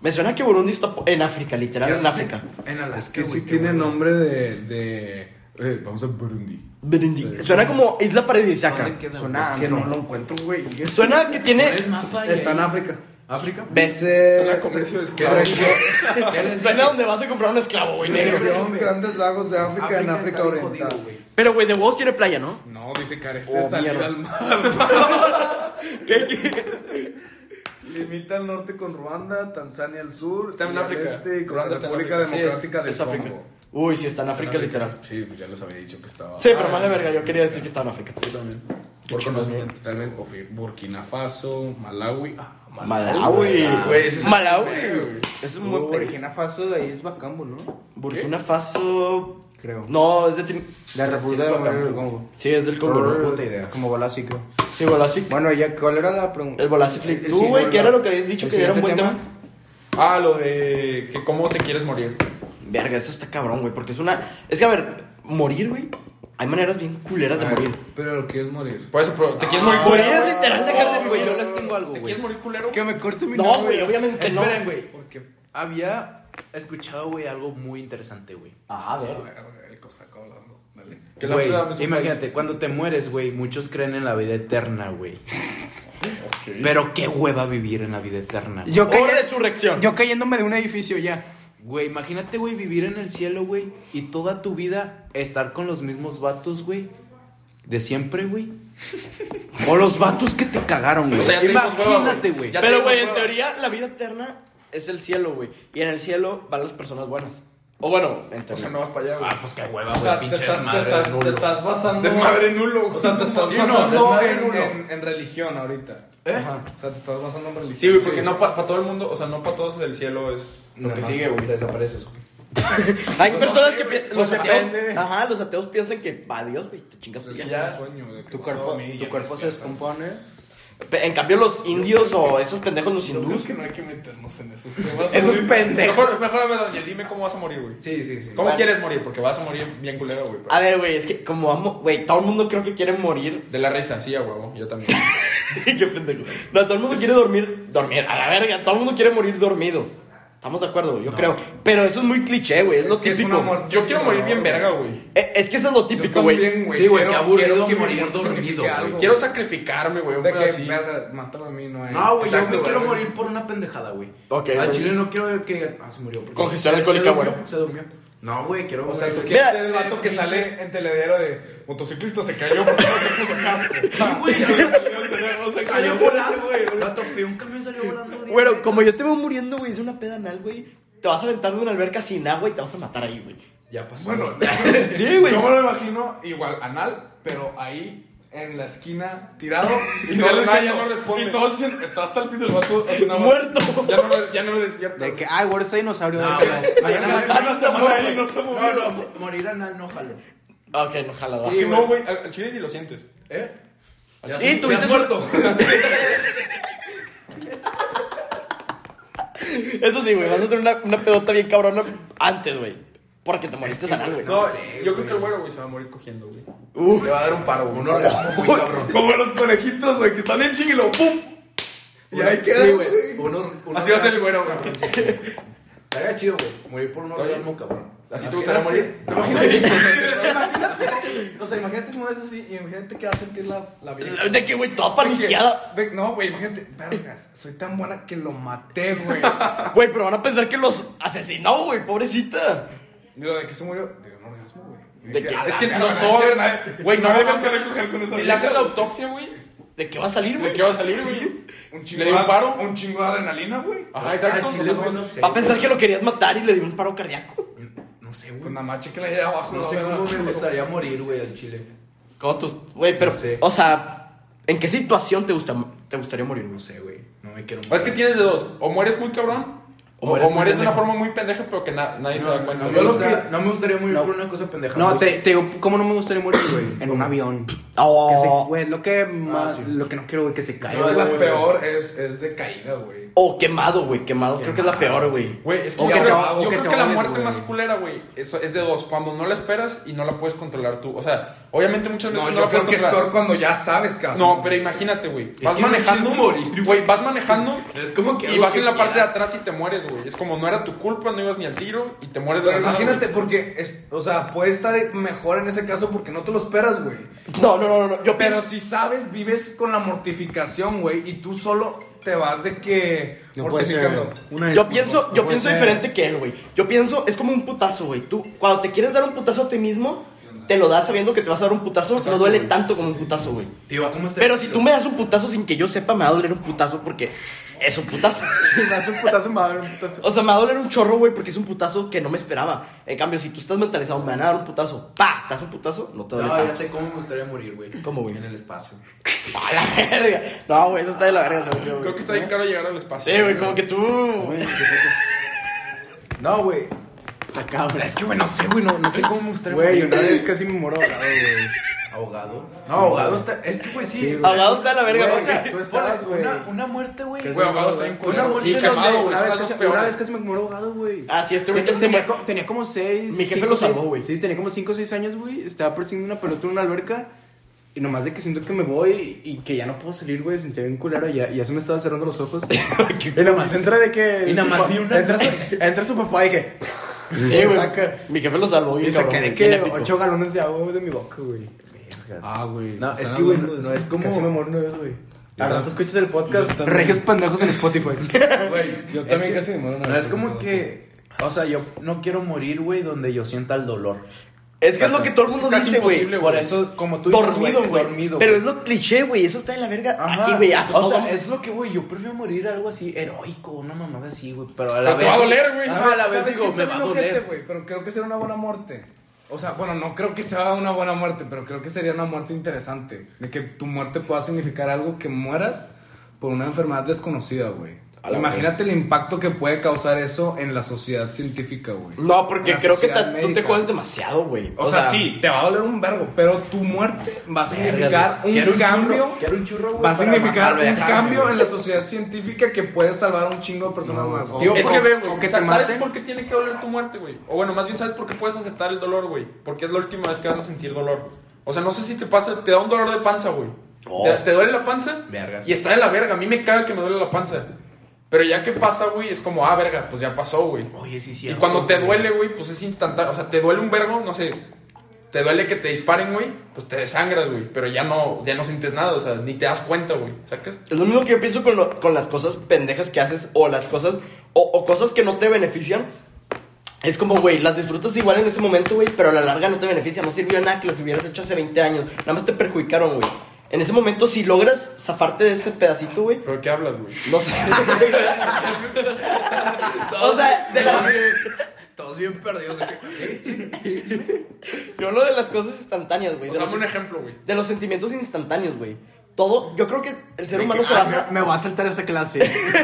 Speaker 1: Me suena que Burundi está po- en África, literal,
Speaker 4: Ya
Speaker 1: en
Speaker 4: sé,
Speaker 1: África.
Speaker 4: En
Speaker 6: Es
Speaker 4: Alaska,
Speaker 6: que
Speaker 4: güey.
Speaker 6: sí
Speaker 4: qué
Speaker 6: tiene
Speaker 4: bueno.
Speaker 6: nombre de. de... eh, vamos a Burundi.
Speaker 1: Burundi. Suena como isla paradisíaca.
Speaker 4: ¿Dónde queda?
Speaker 2: Suena-
Speaker 4: güey?
Speaker 2: que no lo
Speaker 6: encuentro, güey.
Speaker 1: Suena que tiene.
Speaker 4: ¿Cuál es mapa? y
Speaker 6: Está en
Speaker 4: ahí?
Speaker 6: África.
Speaker 4: África.
Speaker 1: ¿Ves?
Speaker 3: Suena a
Speaker 6: Dice.
Speaker 3: comercio de
Speaker 4: ¿Qué les
Speaker 3: esclavos.
Speaker 4: dije? ¿Qué les dije?
Speaker 1: Suena donde vas a comprar un esclavo, güey.
Speaker 4: Sí.
Speaker 1: negro.
Speaker 6: Región
Speaker 4: supe.
Speaker 6: Grandes Lagos de África, en
Speaker 4: está
Speaker 6: África
Speaker 4: bien
Speaker 6: Oriental.
Speaker 4: jodido, güey.
Speaker 1: Pero, güey, de Woz tiene playa, ¿no?
Speaker 6: no, dice carece
Speaker 1: Oh,
Speaker 6: de salida
Speaker 1: mierda.
Speaker 6: al mar.
Speaker 1: ¿Qué, qué?
Speaker 6: Limita al norte con Ruanda, Tanzania al sur.
Speaker 3: Está en
Speaker 6: y al
Speaker 3: África.
Speaker 6: Este y con
Speaker 3: Ruanda
Speaker 6: la
Speaker 3: está en
Speaker 6: República
Speaker 3: África.
Speaker 1: Sí, es,
Speaker 6: Democrática del
Speaker 1: es África.
Speaker 6: Congo.
Speaker 1: Uy, sí, está en África, literal.
Speaker 6: Sí, pues ya les había dicho que estaba.
Speaker 1: Sí,
Speaker 3: Ah.
Speaker 1: pero más de verga, yo quería decir que está en África.
Speaker 3: Yo también.
Speaker 6: Por
Speaker 3: Por conocimiento.
Speaker 6: Tal vez o fue Burkina Faso, Malawi. Ah,
Speaker 1: Malawi.
Speaker 3: Güey, ese es-
Speaker 1: Malawi. güey. Es un buen país.
Speaker 2: Burkina Faso de ahí es Bacambo, ¿no?
Speaker 1: Burkina Faso.
Speaker 2: Creo.
Speaker 1: No, es de. Tin-
Speaker 2: La República
Speaker 6: Sí,
Speaker 2: Democrática del
Speaker 6: Bacambo.
Speaker 2: Congo.
Speaker 1: Sí, es del Congo. ¿no?
Speaker 2: Puta idea. Como Bolasi, creo.
Speaker 1: Sí, Bolasi.
Speaker 2: Bueno, ya, ¿cuál era la pregunta?
Speaker 1: El Bolasi Flick.
Speaker 2: El
Speaker 1: Tú, güey,
Speaker 2: siguiente
Speaker 1: ¿qué era
Speaker 2: tema.
Speaker 1: lo que habías dicho
Speaker 2: ¿El
Speaker 1: que era un buen
Speaker 2: siguiente
Speaker 1: tema?
Speaker 2: tema?
Speaker 3: Ah, lo de que cómo te quieres morir.
Speaker 1: Verga, eso está cabrón, güey. Porque es una. Es que, a ver, morir, güey. Hay maneras bien culeras de morir. Ah,
Speaker 6: Pero lo que es morir.
Speaker 3: Por eso, pero te quieres morir
Speaker 1: Morir es
Speaker 3: culero.
Speaker 1: literal dejar de
Speaker 4: Güey, yo
Speaker 1: morir.
Speaker 4: les
Speaker 2: Ah,
Speaker 4: tengo algo,
Speaker 3: ¿Te
Speaker 4: güey.
Speaker 3: quieres morir culero?
Speaker 2: Que me corte mi
Speaker 1: No, güey, obviamente no.
Speaker 4: Esperen, güey.
Speaker 6: Porque.
Speaker 4: Había escuchado, güey, algo muy interesante, güey.
Speaker 1: Ajá, Ah, a ver.
Speaker 6: El cosaco hablando. Dale.
Speaker 3: Que la
Speaker 4: Güey,
Speaker 3: ciudad es un
Speaker 4: imagínate, cuando te mueres, güey, muchos creen en la vida eterna, güey. Pero qué hueva vivir en la vida eterna. güey.
Speaker 2: Yo,
Speaker 1: O
Speaker 2: caí-
Speaker 1: ¡Oh, resurrección.
Speaker 2: yo cayéndome de un edificio ya.
Speaker 4: Güey, imagínate, güey, vivir en el cielo, güey, y toda tu vida estar con los mismos vatos, güey, de siempre, güey. O los vatos que te cagaron, güey.
Speaker 3: O sea, ya tenemos hueva, güey.
Speaker 4: Imagínate, güey.
Speaker 3: Ya
Speaker 1: Pero,
Speaker 3: tengo
Speaker 1: güey, en
Speaker 3: prueba.
Speaker 1: teoría, la vida eterna es el cielo, güey. Y en el cielo van las personas buenas. O bueno, en
Speaker 3: O sea,
Speaker 1: teoría.
Speaker 3: no vas para allá, güey.
Speaker 4: Ah, pues qué hueva,
Speaker 6: O sea,
Speaker 4: güey,
Speaker 6: te
Speaker 4: pinche
Speaker 6: estás, te,
Speaker 4: desmadre.
Speaker 6: estás, te
Speaker 4: nulo.
Speaker 6: estás basando.
Speaker 3: Desmadre nulo, güey.
Speaker 6: O sea, te estás
Speaker 3: Sí, no,
Speaker 6: basando
Speaker 3: desmadre
Speaker 6: en,
Speaker 3: nulo.
Speaker 6: en- en religión ahorita.
Speaker 1: Ajá.
Speaker 6: O sea, te estás basando en religión.
Speaker 3: Sí, güey, porque no para todo el mundo, o sea, no para todos el cielo es.
Speaker 4: Lo que sigue, güey, te desapareces, güey.
Speaker 1: Hay personas que pi- los
Speaker 2: depende.
Speaker 1: ateos. Ajá, los ateos piensan que va Dios, güey, te chingas tú
Speaker 6: Es
Speaker 1: ya.
Speaker 6: como
Speaker 3: Pues ya.
Speaker 6: un sueño. de que
Speaker 2: Tu cuerpo,
Speaker 6: todo mí,
Speaker 2: tu
Speaker 6: ya
Speaker 2: cuerpo se
Speaker 6: despiertas.
Speaker 2: descompone.
Speaker 1: Pe- En cambio, los indios o esos pendejos, los
Speaker 6: Yo creo
Speaker 1: hindús.
Speaker 6: que no hay que meternos en esos temas.
Speaker 1: Esos pendejos.
Speaker 3: Mejor, mejor, a ver, Daniel, dime cómo vas a morir, güey.
Speaker 4: Sí, sí, sí.
Speaker 3: ¿Cómo quieres morir? Porque vas a morir bien culero, güey. pero-
Speaker 1: A ver, güey, es que como amo. Güey, todo el mundo creo que quiere morir
Speaker 3: De la risa, sí, a huevo, yo también.
Speaker 1: Qué pendejo. No, todo el mundo quiere dormir. Dormir, a la verga. Todo el mundo quiere morir dormido. Estamos de acuerdo, yo creo. Pero eso es muy cliché, güey. Es, lo
Speaker 6: que es
Speaker 1: típico.
Speaker 6: una muerte.
Speaker 3: Yo quiero morir bien verga, güey.
Speaker 1: Eh, es que eso es lo
Speaker 6: Yo
Speaker 1: típico, güey.
Speaker 6: también, güey.
Speaker 4: Sí, güey,
Speaker 6: quiero-
Speaker 4: qué aburrido
Speaker 6: quiero que mi
Speaker 4: morir
Speaker 6: muerte
Speaker 4: dormido,
Speaker 6: signifique
Speaker 4: güey.
Speaker 6: algo,
Speaker 3: Quiero sacrificarme, güey, un
Speaker 6: De
Speaker 3: pedo
Speaker 6: que,
Speaker 3: así.
Speaker 6: verga, mátalo a mí, no hay.
Speaker 4: No, güey, yo
Speaker 3: Exacto,
Speaker 4: me
Speaker 3: güey.
Speaker 4: quiero morir por una pendejada, güey.
Speaker 1: Ok,
Speaker 4: Al
Speaker 1: güey.
Speaker 4: chile no quiero que. Ah, se murió. porque-
Speaker 1: Congestión
Speaker 4: se-
Speaker 1: alcohólica,
Speaker 4: se durmió,
Speaker 1: güey.
Speaker 4: Se durmió. No, güey, quiero.
Speaker 6: O sea, tú
Speaker 4: morir.
Speaker 6: quieres
Speaker 1: Mira,
Speaker 6: ser el
Speaker 4: ese
Speaker 6: vato que
Speaker 4: pinche-
Speaker 6: sale en televideo de motociclista se cayó porque no se puso casco.
Speaker 4: Sí, güey,
Speaker 6: No se
Speaker 4: Salió
Speaker 6: cayó.
Speaker 4: volando, güey. Lo atropelló un camión, salió volando. güey.
Speaker 1: Bueno, como yo te veo muriendo, güey, es una peda anal, güey. Te vas a aventar de una alberca sin agua y te vas a matar ahí, güey.
Speaker 4: Ya pasó.
Speaker 6: Bueno,
Speaker 1: Sí, güey.
Speaker 6: yo me lo imagino igual anal, pero ahí en la esquina tirado
Speaker 3: Y ya
Speaker 6: todo
Speaker 3: le-
Speaker 6: el-
Speaker 3: ya no responde.
Speaker 6: Y todos dicen, está hasta el pito el vato hace una-
Speaker 1: Muerto.
Speaker 3: Ya no, me- ya no me despierto.
Speaker 2: De
Speaker 3: güey.
Speaker 2: que, ay, güey, ese dinosaurio.
Speaker 4: No,
Speaker 2: güey.
Speaker 4: güey.
Speaker 6: Ah,
Speaker 4: Mañana
Speaker 6: no se mueve,
Speaker 4: güey.
Speaker 6: no se
Speaker 4: No,
Speaker 6: mueve.
Speaker 4: no, morir anal no jalo.
Speaker 1: Ok, no jala, va.
Speaker 4: Sí,
Speaker 3: Que no, güey, al al chile ni lo sientes.
Speaker 4: ¿Eh? Ya
Speaker 1: Sí,
Speaker 4: ya
Speaker 1: tuviste
Speaker 4: has
Speaker 1: suerte.
Speaker 4: muerto.
Speaker 1: Eso sí, güey. Vas a tener una, una pedota bien cabrona antes, güey. Porque te moriste anal, güey.
Speaker 3: No,
Speaker 4: No sé,
Speaker 3: yo
Speaker 4: güey.
Speaker 3: creo que el güero, güey, se va a morir cogiendo, güey.
Speaker 1: Uh.
Speaker 4: Le va a dar un paro, güey. Un orgasmo muy cabrón.
Speaker 6: Como los conejitos, güey, que están en chilo, ¡pum! Y ahí queda.
Speaker 4: Sí, güey. Un or- un
Speaker 3: Así va a ser el
Speaker 4: orgasmo,
Speaker 3: güero, güey.
Speaker 4: cabrón. sí, sí. Estaría chido, güey. Morir por un orgasmo, cabrón.
Speaker 3: ¿Así te gustaría morir?
Speaker 6: O sea, imagínate si una vez así, y imagínate que va a sentir la, la vida.
Speaker 1: De que, güey, toda paniqueada.
Speaker 6: De- no, güey, imagínate, vergas, soy tan buena que lo maté, güey.
Speaker 1: Güey, pero van a pensar que los asesinó, güey, pobrecita.
Speaker 6: Y lo de que se murió, digo, no orgasmo, güey. Y
Speaker 1: De
Speaker 6: dije,
Speaker 1: que-
Speaker 6: "Ah,
Speaker 3: Es que
Speaker 6: la
Speaker 3: no,
Speaker 6: verga,
Speaker 3: no va a haber
Speaker 6: nadie-
Speaker 3: nadie- güey, no
Speaker 6: no hay
Speaker 3: va a
Speaker 6: más que
Speaker 3: haber-
Speaker 6: recoger con esa
Speaker 3: Si le
Speaker 6: vida.
Speaker 3: hacen la autopsia, güey,
Speaker 1: ¿De qué va a salir,
Speaker 3: ¿de
Speaker 1: güey?
Speaker 3: qué va a salir, güey?
Speaker 6: Un
Speaker 3: ¿Le dio un paro?
Speaker 6: Un chingo de adrenalina, güey.
Speaker 3: Ajá, exacto.
Speaker 4: Al
Speaker 3: o
Speaker 4: chile,
Speaker 3: sea, no
Speaker 4: güey,
Speaker 3: vas a-
Speaker 4: no sé.
Speaker 1: Va a pensar que lo querías matar y le dio un paro cardíaco.
Speaker 4: No sé,
Speaker 6: Pues
Speaker 4: güey.
Speaker 6: nada más chequela allá abajo.
Speaker 4: No
Speaker 6: la
Speaker 4: sé
Speaker 6: verga.
Speaker 4: cómo me gustaría morir, güey, al chile.
Speaker 1: ¿Cómo tú? Güey, pero.
Speaker 4: No sé.
Speaker 1: O sea, ¿en qué situación te, gusta, te gustaría morir, güey?
Speaker 4: No sé, güey. No me quiero
Speaker 3: O Es que tienes de dos. O mueres muy cabrón,
Speaker 1: O
Speaker 3: o,
Speaker 1: mueres
Speaker 3: o
Speaker 1: muy
Speaker 3: mueres de una
Speaker 1: pendejo.
Speaker 3: forma muy pendeja, pero que na- nadie se
Speaker 4: No,
Speaker 3: da cuenta.
Speaker 4: no me
Speaker 3: Yo lo
Speaker 4: gusta-
Speaker 3: que-
Speaker 4: no me gustaría morir
Speaker 1: No.
Speaker 4: por una cosa pendeja.
Speaker 2: No,
Speaker 4: Me
Speaker 2: te,
Speaker 4: gusta-
Speaker 2: te digo, ¿cómo no me gustaría morir, güey? En un avión. Que se-
Speaker 1: O,
Speaker 2: Güey, es lo que más,
Speaker 1: Ah,
Speaker 2: lo que no quiero, güey, que se caiga.
Speaker 4: No,
Speaker 2: güey.
Speaker 4: esa-
Speaker 6: La
Speaker 4: güey.
Speaker 6: peor es, es de caída, güey.
Speaker 1: o oh, quemado, güey, quemado. Creo que es la peor, güey.
Speaker 3: Güey, es que
Speaker 2: O
Speaker 3: yo
Speaker 2: que te
Speaker 3: creo,
Speaker 2: va- o
Speaker 3: yo
Speaker 2: que
Speaker 3: creo
Speaker 2: te
Speaker 3: que la
Speaker 2: vales,
Speaker 3: muerte
Speaker 2: güey.
Speaker 3: más culera, güey, eso es de dos. Cuando no la esperas y no la puedes controlar tú. O sea, obviamente muchas veces
Speaker 6: No,
Speaker 3: no,
Speaker 6: yo
Speaker 3: la puedes
Speaker 6: creo que es peor
Speaker 3: controlar.
Speaker 6: cuando ya sabes casi.
Speaker 3: No, pero imagínate, güey. Vas
Speaker 4: que no
Speaker 3: manejando,
Speaker 4: chingo morir.
Speaker 3: güey, vas manejando
Speaker 4: Es como que.
Speaker 3: y
Speaker 4: algo
Speaker 3: vas
Speaker 4: que
Speaker 3: en la parte de
Speaker 4: quiera.
Speaker 3: atrás y te mueres, güey. Es como no era tu culpa, no ibas ni al tiro y te mueres de
Speaker 6: Pero
Speaker 3: la nada,
Speaker 6: imagínate,
Speaker 3: güey.
Speaker 6: porque, es- o sea, puede estar mejor en ese caso porque no te lo esperas, güey.
Speaker 1: No, no, no, no, no. Yo
Speaker 6: Pero
Speaker 1: pienso.
Speaker 6: si sabes, vives con la mortificación, güey, y tú solo te vas de que
Speaker 2: No puede ser,
Speaker 6: mortificando.
Speaker 2: güey. Una
Speaker 1: Yo
Speaker 2: disculpa,
Speaker 1: pienso,
Speaker 2: no
Speaker 1: yo
Speaker 2: puede
Speaker 1: pienso
Speaker 2: ser.
Speaker 1: diferente que él, güey. Yo pienso, es como un putazo, güey. Tú, cuando te quieres dar un putazo a ti mismo, te lo das sabiendo que te vas a dar un putazo. no
Speaker 4: Exacto,
Speaker 1: duele
Speaker 4: güey.
Speaker 1: tanto como un putazo, güey.
Speaker 4: Tío, ¿cómo está?
Speaker 1: Pero si tú me das un putazo sin que yo sepa, me va a doler un putazo porque es un putazo.
Speaker 2: Me das un putazo, me va a dar un putazo.
Speaker 1: O sea, me va a doler un chorro, güey, porque es un putazo que no me esperaba. En cambio, si tú estás mentalizado, me van a dar un putazo. ¡Pa! ¿Te das un putazo? No te
Speaker 4: No,
Speaker 1: duele
Speaker 4: ya
Speaker 1: tanto.
Speaker 4: sé cómo me gustaría morir, güey.
Speaker 1: ¿Cómo, güey?
Speaker 4: En el espacio.
Speaker 1: ¡A la verga! No, güey, eso está de la verga, según yo, güey. ¿Eh?
Speaker 3: Creo que está bien caro llegar al espacio.
Speaker 1: Sí, güey, como que tú.
Speaker 4: No, güey.
Speaker 1: Está cabrón.
Speaker 4: Es que, güey, no sé, güey. No, no sé cómo me gustaría
Speaker 2: Güey,
Speaker 4: morir.
Speaker 2: una vez casi me muero ahogado, güey.
Speaker 4: Ahogado. No, ahogado está. Es que, güey, sí. güey.
Speaker 1: Ahogado está de la verga,
Speaker 4: Güey,
Speaker 1: o sea.
Speaker 2: tú
Speaker 4: ponle,
Speaker 2: estabas, güey.
Speaker 4: Una, una muerte, güey.
Speaker 2: Que es
Speaker 3: Güey,
Speaker 2: muy
Speaker 3: ahogado
Speaker 2: malo,
Speaker 3: está bien
Speaker 4: Una
Speaker 3: culero.
Speaker 4: muerte
Speaker 3: Y
Speaker 4: es
Speaker 3: quemado,
Speaker 4: donde-
Speaker 3: güey,
Speaker 2: Una
Speaker 3: son
Speaker 2: vez
Speaker 3: las dos
Speaker 2: casi- Una vez
Speaker 3: peores.
Speaker 2: casi me muero ahogado, güey.
Speaker 1: Ah, sí, este
Speaker 2: Sí,
Speaker 1: güey que se
Speaker 2: tenía,
Speaker 1: me.
Speaker 2: co- tenía como seis.
Speaker 1: Mi jefe
Speaker 2: cinco,
Speaker 1: lo salvó,
Speaker 2: seis-
Speaker 1: güey.
Speaker 2: Sí, tenía como 5 o 6 años, güey. Estaba persiguiendo una pelota en una alberca. Y nomás de que siento que me voy y que ya no puedo salir, güey. Sentía bien culero. Ya, ya se me estaban cerrando los ojos. y nomás entra de que.
Speaker 4: Y nada
Speaker 2: su
Speaker 4: más
Speaker 2: pa-
Speaker 4: vi una-
Speaker 2: Entra su, entra su papá y dije.
Speaker 1: Sí, güey.
Speaker 2: Saca.
Speaker 1: Mi jefe lo salvó,
Speaker 2: Y
Speaker 1: bien cabrón.
Speaker 2: saqué de
Speaker 1: bien
Speaker 2: que
Speaker 1: épico.
Speaker 2: 8 galones de agua de mi boca, güey.
Speaker 6: Ah, güey.
Speaker 4: No, es
Speaker 6: Están
Speaker 4: que, güey,
Speaker 6: hablando de
Speaker 4: no
Speaker 6: eso.
Speaker 4: es como.
Speaker 2: Casi me muero una vez, güey.
Speaker 6: Yo
Speaker 2: Al rato
Speaker 6: también.
Speaker 2: escuchas el podcast
Speaker 6: Yo también.
Speaker 2: Regios Pendejos en Spotify.
Speaker 6: Güey, yo
Speaker 4: Es
Speaker 6: también
Speaker 4: que-
Speaker 6: casi me muero una
Speaker 4: No
Speaker 6: vez.
Speaker 4: es como que O sea, yo no quiero morir, güey, donde yo sienta el dolor.
Speaker 1: Es que es lo que todo el mundo
Speaker 3: Casi
Speaker 1: dice, güey.
Speaker 3: imposible,
Speaker 4: Por eso, como tú
Speaker 1: Dormido,
Speaker 4: dices,
Speaker 1: güey.
Speaker 4: dormido.
Speaker 1: Pero
Speaker 4: güey.
Speaker 1: es lo cliché, güey. Eso está de la verga.
Speaker 4: Ajá.
Speaker 1: Aquí, güey. Ah, pues
Speaker 4: o
Speaker 1: no
Speaker 4: sea,
Speaker 1: vamos-
Speaker 4: es lo que, güey, yo prefiero morir algo así heroico, una mamada así, güey. Pero a la
Speaker 3: Pero
Speaker 4: vez.
Speaker 3: te va a doler, güey.
Speaker 4: Ajá, a la
Speaker 6: ¿Sabes
Speaker 4: vez
Speaker 6: qué
Speaker 4: digo,
Speaker 6: está
Speaker 4: me va
Speaker 6: bien
Speaker 4: a
Speaker 6: ojete,
Speaker 4: doler.
Speaker 6: güey? pero creo que será una buena muerte. O sea, bueno, no creo que sea una buena muerte, pero creo que sería una muerte interesante. De que tu muerte pueda significar algo que mueras por una enfermedad desconocida, güey.
Speaker 1: A la
Speaker 6: Imagínate el impacto que puede causar eso en la sociedad científica, güey.
Speaker 1: No, porque
Speaker 6: En la
Speaker 1: creo que
Speaker 6: sociedad
Speaker 1: ta- tú te
Speaker 6: médica.
Speaker 1: juegas demasiado, güey.
Speaker 6: O, sea, sí, te va a doler un vergo, pero tu muerte va a significar
Speaker 4: Vergas, güey.
Speaker 6: un,
Speaker 4: Quiero
Speaker 6: cambio.
Speaker 4: churro, quiero un churro, güey.
Speaker 6: Va a
Speaker 4: para
Speaker 6: significar
Speaker 4: mamarme,
Speaker 6: un
Speaker 4: dejarme,
Speaker 6: cambio
Speaker 4: güey.
Speaker 6: en la sociedad científica que puede salvar a un chingo de personas más.
Speaker 3: Tío, es que ve, güey.
Speaker 2: aunque
Speaker 3: o sea,
Speaker 2: te
Speaker 3: ¿Sabes
Speaker 2: maten?
Speaker 3: por qué tiene que doler tu muerte, güey? O bueno, más bien, ¿sabes por qué puedes aceptar el dolor, güey? Porque es la última vez que vas a sentir dolor. O sea, no sé si te pasa, te da un dolor de panza, güey.
Speaker 1: Oh.
Speaker 3: Te, te duele la panza
Speaker 4: Vergas.
Speaker 3: y está de la verga. A mí me caga que me duele la panza. Pero ya que pasa, güey, es como, ah, verga, pues ya pasó, güey.
Speaker 4: Oye, sí, sí.
Speaker 3: Y cuando te duele, güey, pues es instantáneo. O sea, te duele un vergo, no sé. Te duele que te disparen, güey, pues te desangras, güey. Pero ya no, ya no sientes nada, o sea, ni te das cuenta, güey. ¿Sacas?
Speaker 1: Es lo mismo que yo pienso con, lo- con las cosas pendejas que haces o las cosas o, o cosas que no te benefician. Es como, güey, las disfrutas igual en ese momento, güey, pero a la larga no te beneficia. No sirvió de nada que las hubieras hecho hace 20 años. Nada más te perjudicaron, güey. En ese momento, si logras zafarte de ese pedacito, güey,
Speaker 3: ¿Pero qué hablas, güey?
Speaker 1: no sé. o sea, de la-
Speaker 4: Todos bien perdidos. de que- Sí, sí.
Speaker 1: yo lo de las cosas instantáneas, güey.
Speaker 3: O
Speaker 1: De,
Speaker 3: sea,
Speaker 1: los-
Speaker 3: hazme un ejemplo, güey.
Speaker 1: de los sentimientos instantáneos, güey. Todo, yo creo que el ser
Speaker 2: De
Speaker 1: humano
Speaker 2: que,
Speaker 1: se
Speaker 2: ah,
Speaker 1: basa.
Speaker 2: Me me voy a saltar esa clase.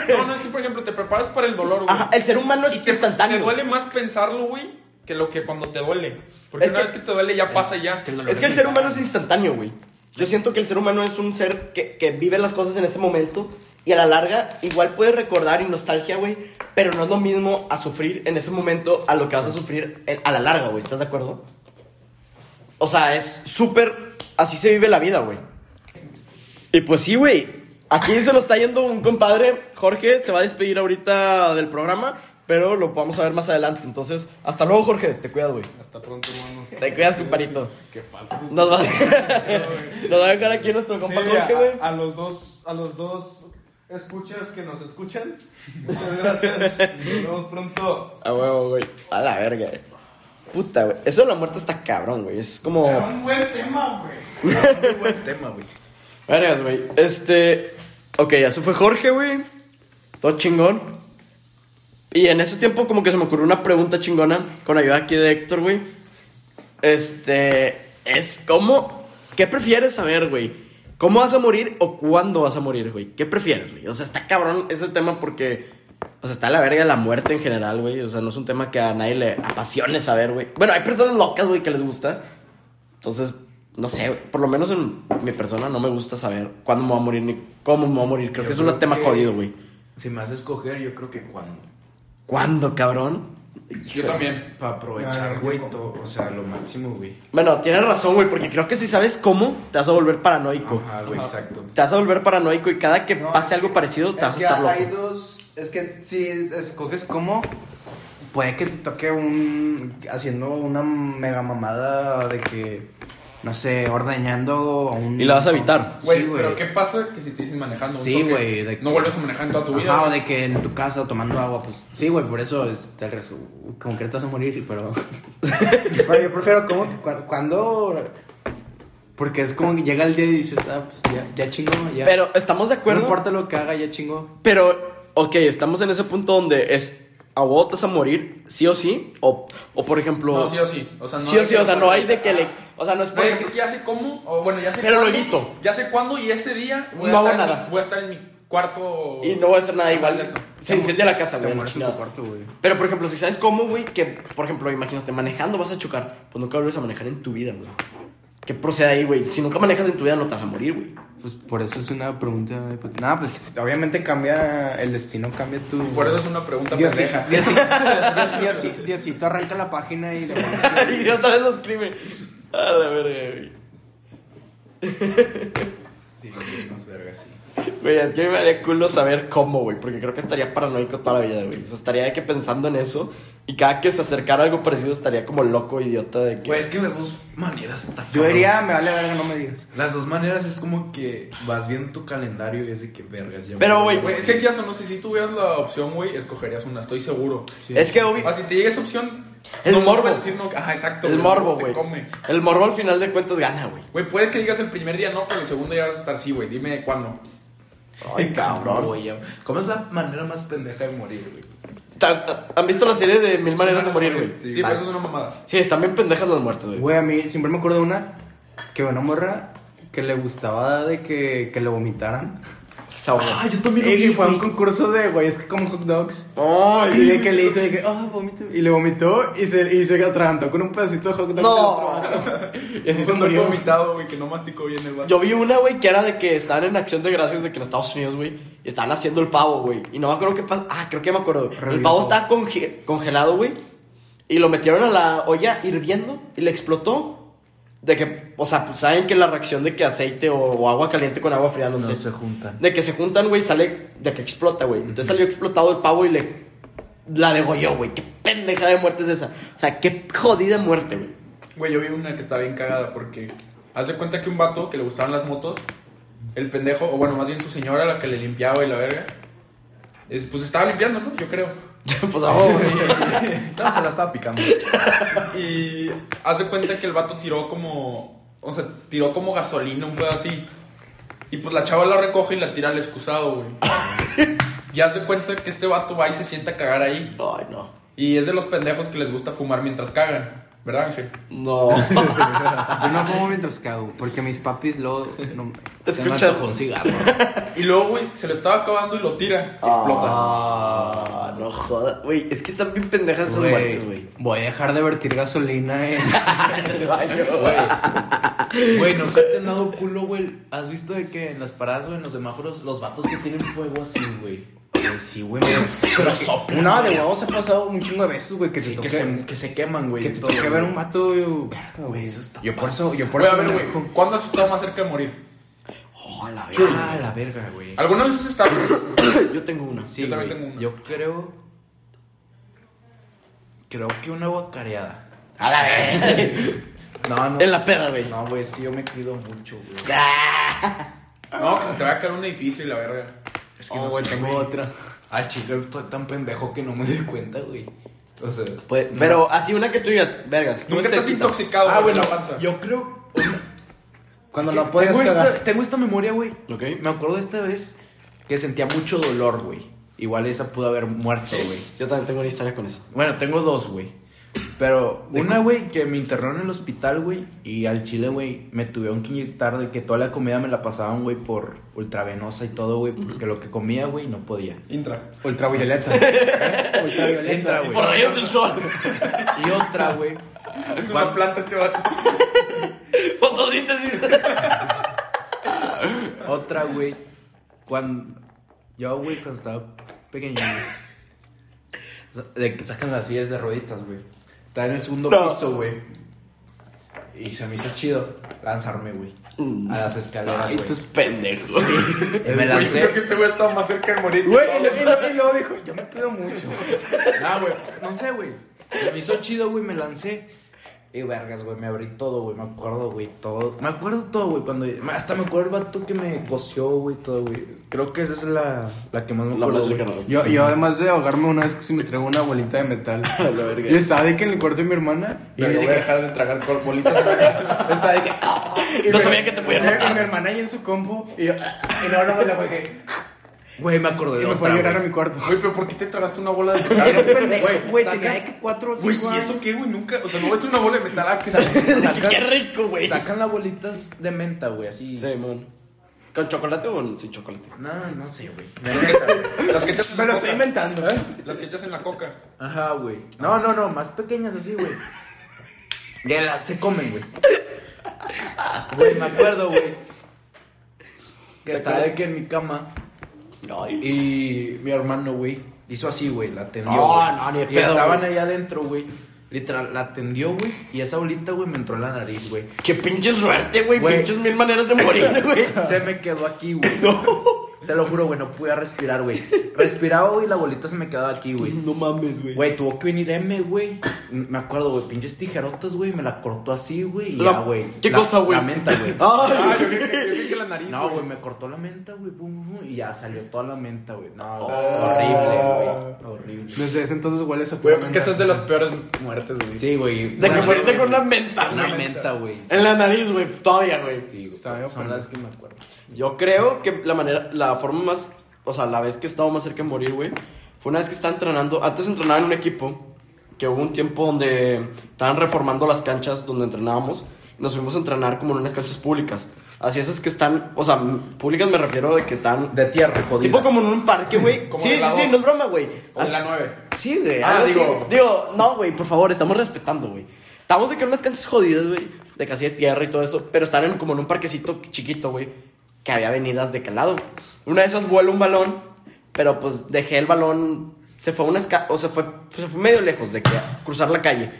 Speaker 3: No, no, es que por ejemplo te preparas para el dolor, güey.
Speaker 1: Ajá, el ser humano es
Speaker 3: y te,
Speaker 1: instantáneo.
Speaker 3: te duele más pensarlo, güey, que lo que cuando te duele. Porque
Speaker 1: Es
Speaker 3: una
Speaker 1: que-
Speaker 3: vez que te duele ya pasa ya.
Speaker 1: Es que el ser humano es instantáneo, güey. Yo siento que el ser humano es un ser que, que vive las cosas en ese momento y a la larga igual puede recordar y nostalgia, güey, pero no es lo mismo a sufrir en ese momento a lo que vas a sufrir en- a la larga, güey. ¿Estás de acuerdo? O sea, es súper... Así se vive la vida, güey. Y pues sí, güey. Aquí se nos está yendo un compadre. Jorge se va a despedir ahorita del programa, pero lo vamos a ver más adelante. Entonces, hasta luego, Jorge. Te cuidas, güey.
Speaker 6: Hasta pronto, hermano.
Speaker 1: Te cuidas, comparito.
Speaker 6: Qué falso.
Speaker 1: Nos va, nos va a dejar aquí nuestro
Speaker 6: Sí,
Speaker 1: compa
Speaker 6: a,
Speaker 1: Jorge, güey.
Speaker 6: a los dos, a los dos escuchas que nos escuchan. Muchas gracias. Nos vemos pronto.
Speaker 1: A huevo, güey. A la verga, güey. Puta, güey. Eso de la muerte está cabrón, güey. Es
Speaker 6: Era
Speaker 1: como.
Speaker 6: un buen tema, güey.
Speaker 4: Muy buen tema, güey.
Speaker 1: Vergas, güey. Este. Ok, ya se fue Jorge, güey. Todo chingón. Y en ese tiempo, como que se me ocurrió una pregunta chingona con ayuda aquí de Héctor, güey. Este. Es como. ¿Qué prefieres saber, güey? ¿Cómo vas a morir o cuándo vas a morir, güey? ¿Qué prefieres, güey? O sea, está cabrón ese tema porque. O sea, está la verga de la muerte en general, güey. O sea, no es un tema que a nadie le apasione saber, güey. Bueno, hay personas locas, güey, que les gusta. Entonces, no sé, güey, por lo menos en mi persona no me gusta saber cuándo me voy a morir ni cómo me voy a morir. Creo
Speaker 4: Yo
Speaker 1: que es un
Speaker 4: creo
Speaker 1: tema
Speaker 4: que-
Speaker 1: jodido, güey.
Speaker 4: Si me haces escoger, yo creo que cuando.
Speaker 1: ¿Cuándo, cabrón?
Speaker 3: Yo también.
Speaker 4: Para
Speaker 6: Ah,
Speaker 4: aprovechar, güey, todo. O sea, lo máximo, güey.
Speaker 1: Bueno, tienes razón, güey, porque creo que si sabes cómo, te vas a volver paranoico.
Speaker 4: Ajá, güey, exacto.
Speaker 1: Te vas a volver paranoico y cada que
Speaker 2: No, es
Speaker 1: pase algo
Speaker 2: que-
Speaker 1: parecido, te
Speaker 2: es
Speaker 1: vas a
Speaker 2: que
Speaker 1: estar
Speaker 2: Hay
Speaker 1: loco.
Speaker 2: dos, es que si escoges cómo, puede que te toque un. haciendo una mega mamada de que. no sé, ordeñando a un.
Speaker 1: Y la vas a evitar.
Speaker 3: Güey,
Speaker 2: Sí,
Speaker 3: pero ¿qué pasa que si te dicen manejando? un
Speaker 2: Sí,
Speaker 3: choque?
Speaker 2: güey, de
Speaker 3: No
Speaker 2: que-
Speaker 3: vuelves a manejar en toda tu vida.
Speaker 2: Ajá, o
Speaker 3: güey.
Speaker 2: de que en tu casa o tomando agua, pues. Sí, güey, por eso este, el resu- como que te vas a morir, pero. pero yo prefiero como que cua- cuando. Porque es como que llega el día y dices, ah, pues ya, ya chingo, ya.
Speaker 1: Pero, ¿estamos de
Speaker 2: no
Speaker 1: acuerdo?
Speaker 2: importa lo que haga, ya chingo.
Speaker 1: Pero, ok, estamos en ese punto donde es a vos te vas a morir, sí o sí, o, o por ejemplo.
Speaker 3: No, sí o sí. O sea, no
Speaker 1: sí o
Speaker 3: de
Speaker 1: sí,
Speaker 3: que
Speaker 1: o sea,
Speaker 3: lo
Speaker 1: no
Speaker 3: pase.
Speaker 1: hay de que le.
Speaker 3: Ajá.
Speaker 1: O sea, no es por
Speaker 3: Güey,
Speaker 1: ejemplo-
Speaker 3: es que ya sé cómo, o bueno, ya sé
Speaker 1: Pero
Speaker 3: cuándo,
Speaker 1: lo evito.
Speaker 3: Ya sé cuándo y ese día voy
Speaker 1: No
Speaker 3: a
Speaker 1: hago
Speaker 3: estar en
Speaker 1: nada.
Speaker 3: mi, voy a estar en mi cuarto.
Speaker 1: Y no va a ser nada
Speaker 3: Ah,
Speaker 1: igual.
Speaker 3: exacto.
Speaker 1: Se incendia la casa,
Speaker 2: Te
Speaker 1: güey. la
Speaker 2: mueres en tu
Speaker 1: chingada.
Speaker 2: cuarto, güey.
Speaker 1: Pero, por ejemplo, si sabes cómo, güey, que, por ejemplo, imagínate, manejando vas a chocar, pues nunca vuelves a manejar en tu vida, güey. ¿Qué procede ahí, güey? Si nunca manejas en tu vida, no te vas a morir, güey.
Speaker 2: Pues por eso es una pregunta hipotética. Nah, pues obviamente cambia el destino, cambia tu.
Speaker 3: Por eso es una pregunta
Speaker 2: Diosito,
Speaker 3: pendeja.
Speaker 2: Diosito, Diosito, Diosito, arranca la página y le pones-
Speaker 1: y otra vez lo escribe. A Ah, la verga, güey.
Speaker 4: Sí, güey, más verga, sí.
Speaker 1: Güey, es que me haría culo saber cómo, güey, porque creo que estaría paranoico toda la vida, güey. O sea, estaría de que pensando en eso Y cada que se acercara algo parecido estaría como loco, idiota de que...
Speaker 3: Güey, es que las dos maneras está
Speaker 2: Yo
Speaker 3: cabrón.
Speaker 2: diría, me vale verga, no me digas.
Speaker 4: Las dos maneras es como que vas viendo tu calendario y es de que vergas. ya
Speaker 1: Pero,
Speaker 4: me-
Speaker 1: güey,
Speaker 3: Güey, es que aquí o no, si, si tuvieras la opción, güey, escogerías una, estoy seguro.
Speaker 1: es que obvio...
Speaker 3: Ah, si te llega esa opción,
Speaker 1: El
Speaker 3: no
Speaker 1: morbo.
Speaker 3: vuelves a decir no. Ajá, exacto.
Speaker 1: El morbo,
Speaker 3: te
Speaker 1: güey.
Speaker 3: come.
Speaker 1: El morbo al final de cuentas gana, güey.
Speaker 3: Güey, puede que digas el primer día no, pero el segundo ya vas a estar sí, güey. Dime cuándo.
Speaker 1: Ay, cabrón.
Speaker 4: Güey, ya- ¿Cómo es la manera más pendeja de morir, güey?
Speaker 1: Ta- ta- ¿Han visto la serie de Mil Maneras de Morir, güey? pues,
Speaker 3: Sí, pero eso es una mamada.
Speaker 1: Sí, están bien pendejas las muertes, güey.
Speaker 2: Güey, a mí siempre me acuerdo de una que una morra que le gustaba de que, que le vomitaran.
Speaker 1: Se ahogó.
Speaker 4: yo
Speaker 2: Y fue a un concurso de güeyes que como hot dogs.
Speaker 1: Ay,
Speaker 2: Y de que le dijo de que, oh, vomito. Y le vomitó y se, y se atragantó con un pedacito de hot dog.
Speaker 1: No.
Speaker 3: Y así se murió vomitado, güey, que no masticó bien el vato.
Speaker 1: Yo vi una, güey, que era de que estaban en acción de gracias de que en Estados Unidos, güey, y estaban haciendo el pavo, güey. Y no me acuerdo qué pasó. Ah, creo que ya me acuerdo. El pavo estaba conge- congelado, güey. Y lo metieron a la olla hirviendo y le explotó. De que, o sea, pues, saben que la reacción de que aceite o, o agua caliente con agua fría, no,
Speaker 4: No
Speaker 1: sé.
Speaker 4: se juntan.
Speaker 1: De que se juntan, güey, sale de que explota, güey. Entonces salió explotado el pavo y le. La degolló, güey. Qué pendeja de muerte es esa. O sea, qué jodida muerte, güey.
Speaker 3: Güey, yo vi una que está bien cagada porque haz de cuenta que un vato que le gustaban las motos, el pendejo, o bueno, más bien su señora, la que le limpiaba y la verga, es- pues estaba limpiando, ¿no? Yo creo.
Speaker 1: pues, ah, güey.
Speaker 4: No, se la estaba picando.
Speaker 3: Y haz de cuenta que el vato tiró como, o sea, tiró como gasolina, un pedo así. Y pues la chava la recoge y la tira al excusado, güey. Y haz de cuenta que este vato va y se sienta a cagar ahí.
Speaker 1: Ay, no.
Speaker 3: Y es de los pendejos que les gusta fumar mientras cagan, ¿verdad, Ángel?
Speaker 1: No.
Speaker 2: Yo no como mientras cago, porque mis papis luego... No,
Speaker 4: Se me antojó un cigarro.
Speaker 3: Y luego, güey, se lo estaba acabando y lo tira. y Explota.
Speaker 1: Ah, no joda. Güey, es que están bien pendejas esas
Speaker 2: Güey,
Speaker 1: muertes, güey.
Speaker 2: Voy a dejar de vertir gasolina en...
Speaker 4: Güey, Güey, nunca te han dado culo, güey. ¿Has visto de que en las paradas o en los semáforos los vatos que tienen fuego así, güey?
Speaker 2: Güey, Sí, güey. me-
Speaker 4: Pero soplan.
Speaker 2: No, de huevos ha pasado un chingo de veces, güey, que se
Speaker 4: Sí,
Speaker 2: toque...
Speaker 4: que, se, que se queman, güey.
Speaker 2: que
Speaker 4: de
Speaker 2: te
Speaker 4: todo,
Speaker 2: toque ver
Speaker 4: güey.
Speaker 2: un vato, güey. verga,
Speaker 4: Güey,
Speaker 2: güey.
Speaker 4: eso está
Speaker 2: Yo por eso, yo por
Speaker 3: Güey,
Speaker 2: eso...
Speaker 3: a ver,
Speaker 2: me
Speaker 3: güey,
Speaker 2: dejo.
Speaker 3: ¿cuándo has estado más cerca de morir?
Speaker 1: Oh, la
Speaker 4: Ah, la verga, güey.
Speaker 3: ¿Alguna vez has estado?
Speaker 1: verga. Yo tengo una.
Speaker 4: Sí,
Speaker 3: Yo también
Speaker 4: güey.
Speaker 3: tengo una.
Speaker 4: Yo creo. Creo que una guacareada.
Speaker 1: A la verga.
Speaker 4: No, no.
Speaker 1: En la peda, güey.
Speaker 4: No, güey, es que yo me cuido mucho, güey.
Speaker 3: No, que se te va a caer un edificio y la verga.
Speaker 4: Es que
Speaker 2: Oh,
Speaker 4: no
Speaker 2: güey,
Speaker 4: sé,
Speaker 2: tengo
Speaker 4: güey.
Speaker 2: otra.
Speaker 4: Al chile estoy tan pendejo que no me di cuenta, güey. O sea.
Speaker 1: Pues, Pero así una que tú digas, vergas.
Speaker 3: Nunca
Speaker 1: te
Speaker 3: estás intoxicado.
Speaker 4: Ah,
Speaker 3: güey,
Speaker 4: bueno,
Speaker 3: en la panza.
Speaker 4: yo creo.
Speaker 2: Cuando
Speaker 4: es que
Speaker 2: no podías
Speaker 4: tengo
Speaker 2: cagar.
Speaker 4: esta, tengo esta memoria, güey.
Speaker 1: Ok.
Speaker 4: Me acuerdo de esta vez que sentía mucho dolor, güey. Igual esa pudo haber muerto, güey.
Speaker 1: Yo también tengo una historia con eso.
Speaker 4: Bueno, tengo dos, güey. Pero una, güey, que me internó en el hospital, güey. Y al chile, güey, me tuvieron que inyectar de que toda la comida me la pasaban, güey, por ultravenosa y todo, güey. Porque lo que comía, güey, no podía.
Speaker 3: Intra.
Speaker 2: Ultravioleta.
Speaker 4: Entra,
Speaker 2: Ultravioleta.
Speaker 4: güey.
Speaker 1: Por rayos del sol.
Speaker 4: Y otra, güey.
Speaker 3: Es una planta este vato.
Speaker 1: Fotosíntesis.
Speaker 4: Otra, güey. Cuando. Yo, güey, cuando estaba pequeño, güey. De que sacan las sillas de rueditas, güey. Está en el segundo
Speaker 1: No.
Speaker 4: piso, güey. Y se me hizo chido lanzarme, güey. A las escaleras,
Speaker 1: Ay,
Speaker 4: güey.
Speaker 1: tú es pendejo.
Speaker 4: Y me
Speaker 3: Güey, yo
Speaker 4: lancé.
Speaker 3: creo que este güey estaba más cerca de morir.
Speaker 2: Güey, y luego- y luego- y luego dijo, yo me pido mucho.
Speaker 4: Ah, güey, pues, no sé, güey. Se me hizo chido, güey, me lancé. Y vergas, güey, me abrí todo, güey, me acuerdo, güey, todo. Me acuerdo todo, güey, cuando... Hasta me acuerdo el vato que me coció, güey, todo, güey. Creo que esa es la, la que más me
Speaker 1: La
Speaker 4: acuerdo,
Speaker 1: más
Speaker 4: güey.
Speaker 1: cercana.
Speaker 2: Yo, yo además de ahogarme una vez que se me traigo una bolita de metal.
Speaker 1: la verga.
Speaker 2: Yo estaba de que en el cuarto de mi hermana. Y
Speaker 3: Pero
Speaker 2: de
Speaker 3: voy a
Speaker 2: que,
Speaker 3: dejar de tragar col- bolitas. güey.
Speaker 2: estaba de que. y
Speaker 1: No
Speaker 2: mi-
Speaker 1: sabía que te podían matar.
Speaker 2: Y mi hermana ahí en su compu. Y yo. Y no, no me la jugué.
Speaker 4: Güey, me acordé
Speaker 2: Y
Speaker 4: de
Speaker 2: me fue a
Speaker 4: otra,
Speaker 2: llorar a
Speaker 4: güey.
Speaker 2: mi cuarto.
Speaker 3: Güey, pero ¿por qué te tragaste una bola de
Speaker 2: Era un
Speaker 3: metal?
Speaker 2: pendejo,
Speaker 4: Güey,
Speaker 2: güey.
Speaker 4: saca-
Speaker 2: Tenía de que cuatro o
Speaker 3: Güey,
Speaker 2: cinco
Speaker 3: ¿y
Speaker 2: años.
Speaker 3: eso qué, güey? Nunca. O sea, no es una bola de metal. Ah, que
Speaker 4: Saca- saca-
Speaker 1: Qué rico, güey.
Speaker 4: Sacan las bolitas de menta, güey, así.
Speaker 1: Sí, mon. ¿Con chocolate o sin chocolate?
Speaker 4: No, no sé, güey.
Speaker 3: Las que echas en
Speaker 2: Me lo
Speaker 3: la
Speaker 2: estoy
Speaker 3: coca.
Speaker 2: inventando, ¿eh?
Speaker 3: Las que echas en la coca.
Speaker 4: Ajá, güey.
Speaker 1: Ah.
Speaker 4: No, no, no, más pequeñas así, güey. Ya la- se comen, güey. Güey, me acuerdo, güey. Que estaba de que en mi cama
Speaker 1: Ay.
Speaker 4: y mi hermano, güey, hizo así, güey, la tendió.
Speaker 1: No,
Speaker 4: güey.
Speaker 1: no, ni de
Speaker 4: Y
Speaker 1: pedo,
Speaker 4: estaban
Speaker 1: güey.
Speaker 4: allá adentro, güey. Literal, la tendió, güey. Y esa bolita, güey, me entró en la nariz, güey.
Speaker 1: Qué pinche suerte, güey.
Speaker 4: Güey.
Speaker 1: Pinches mil maneras de morir, güey.
Speaker 4: Se me quedó aquí, güey. Te lo juro, güey, no podía respirar, güey. Respiraba, güey, y la bolita se me quedaba aquí, güey.
Speaker 1: No mames, güey.
Speaker 4: Güey, tuvo que venir M, güey. M- Me acuerdo, güey, pinches tijerotas, güey. Me la cortó así, güey. Y
Speaker 1: La-
Speaker 4: ya, güey.
Speaker 1: ¿Qué
Speaker 4: La-
Speaker 1: cosa, güey?
Speaker 4: La menta, güey.
Speaker 1: Ay,
Speaker 3: Ah, yo creí que, yo creí que la nariz.
Speaker 4: No, güey, me cortó la menta, güey. pum, pum, Y ya salió toda la menta, güey. No,
Speaker 1: Ah.
Speaker 4: horrible, güey. Horrible.
Speaker 2: Desde ese entonces huele esa
Speaker 3: Güey, yo creo que esa es de las peores muertes, güey.
Speaker 4: Sí, güey.
Speaker 1: de que
Speaker 4: Bueno,
Speaker 1: morirte
Speaker 4: güey,
Speaker 1: con una menta,
Speaker 4: Una
Speaker 1: güey.
Speaker 4: menta, güey.
Speaker 1: En la nariz, güey, todavía, güey.
Speaker 4: Sí, güey.
Speaker 6: Sabe
Speaker 4: Son
Speaker 6: horrible.
Speaker 4: las que me acuerdo.
Speaker 1: Yo creo que la manera, la forma más, o sea, la vez que estaba más cerca de morir, güey, fue una vez que estaba entrenando, antes entrenaba en un equipo, que hubo un tiempo donde estaban reformando las canchas donde entrenábamos, y nos fuimos a entrenar como en unas canchas públicas. Así esas que están, o sea, m- públicas me refiero de que están...
Speaker 4: De tierra, jodido.
Speaker 1: Tipo como en un parque, güey.
Speaker 3: Como
Speaker 1: Sí,
Speaker 3: de la
Speaker 1: sí,
Speaker 3: dos.
Speaker 1: no es broma, güey.
Speaker 3: O de la
Speaker 1: Así-
Speaker 3: 9.
Speaker 1: Sí, güey.
Speaker 3: Ah,
Speaker 1: algo así.
Speaker 3: digo-
Speaker 1: digo. no, güey, por favor, estamos respetando, güey. Estamos de que en unas canchas jodidas, güey, de casi de tierra y todo eso, pero están en- como en un parquecito chiquito, güey, que había avenidas de calado. Una de esas vuela un balón, pero pues dejé el balón, se fue a una esca- o se fue, se fue medio lejos de que cruzar la calle.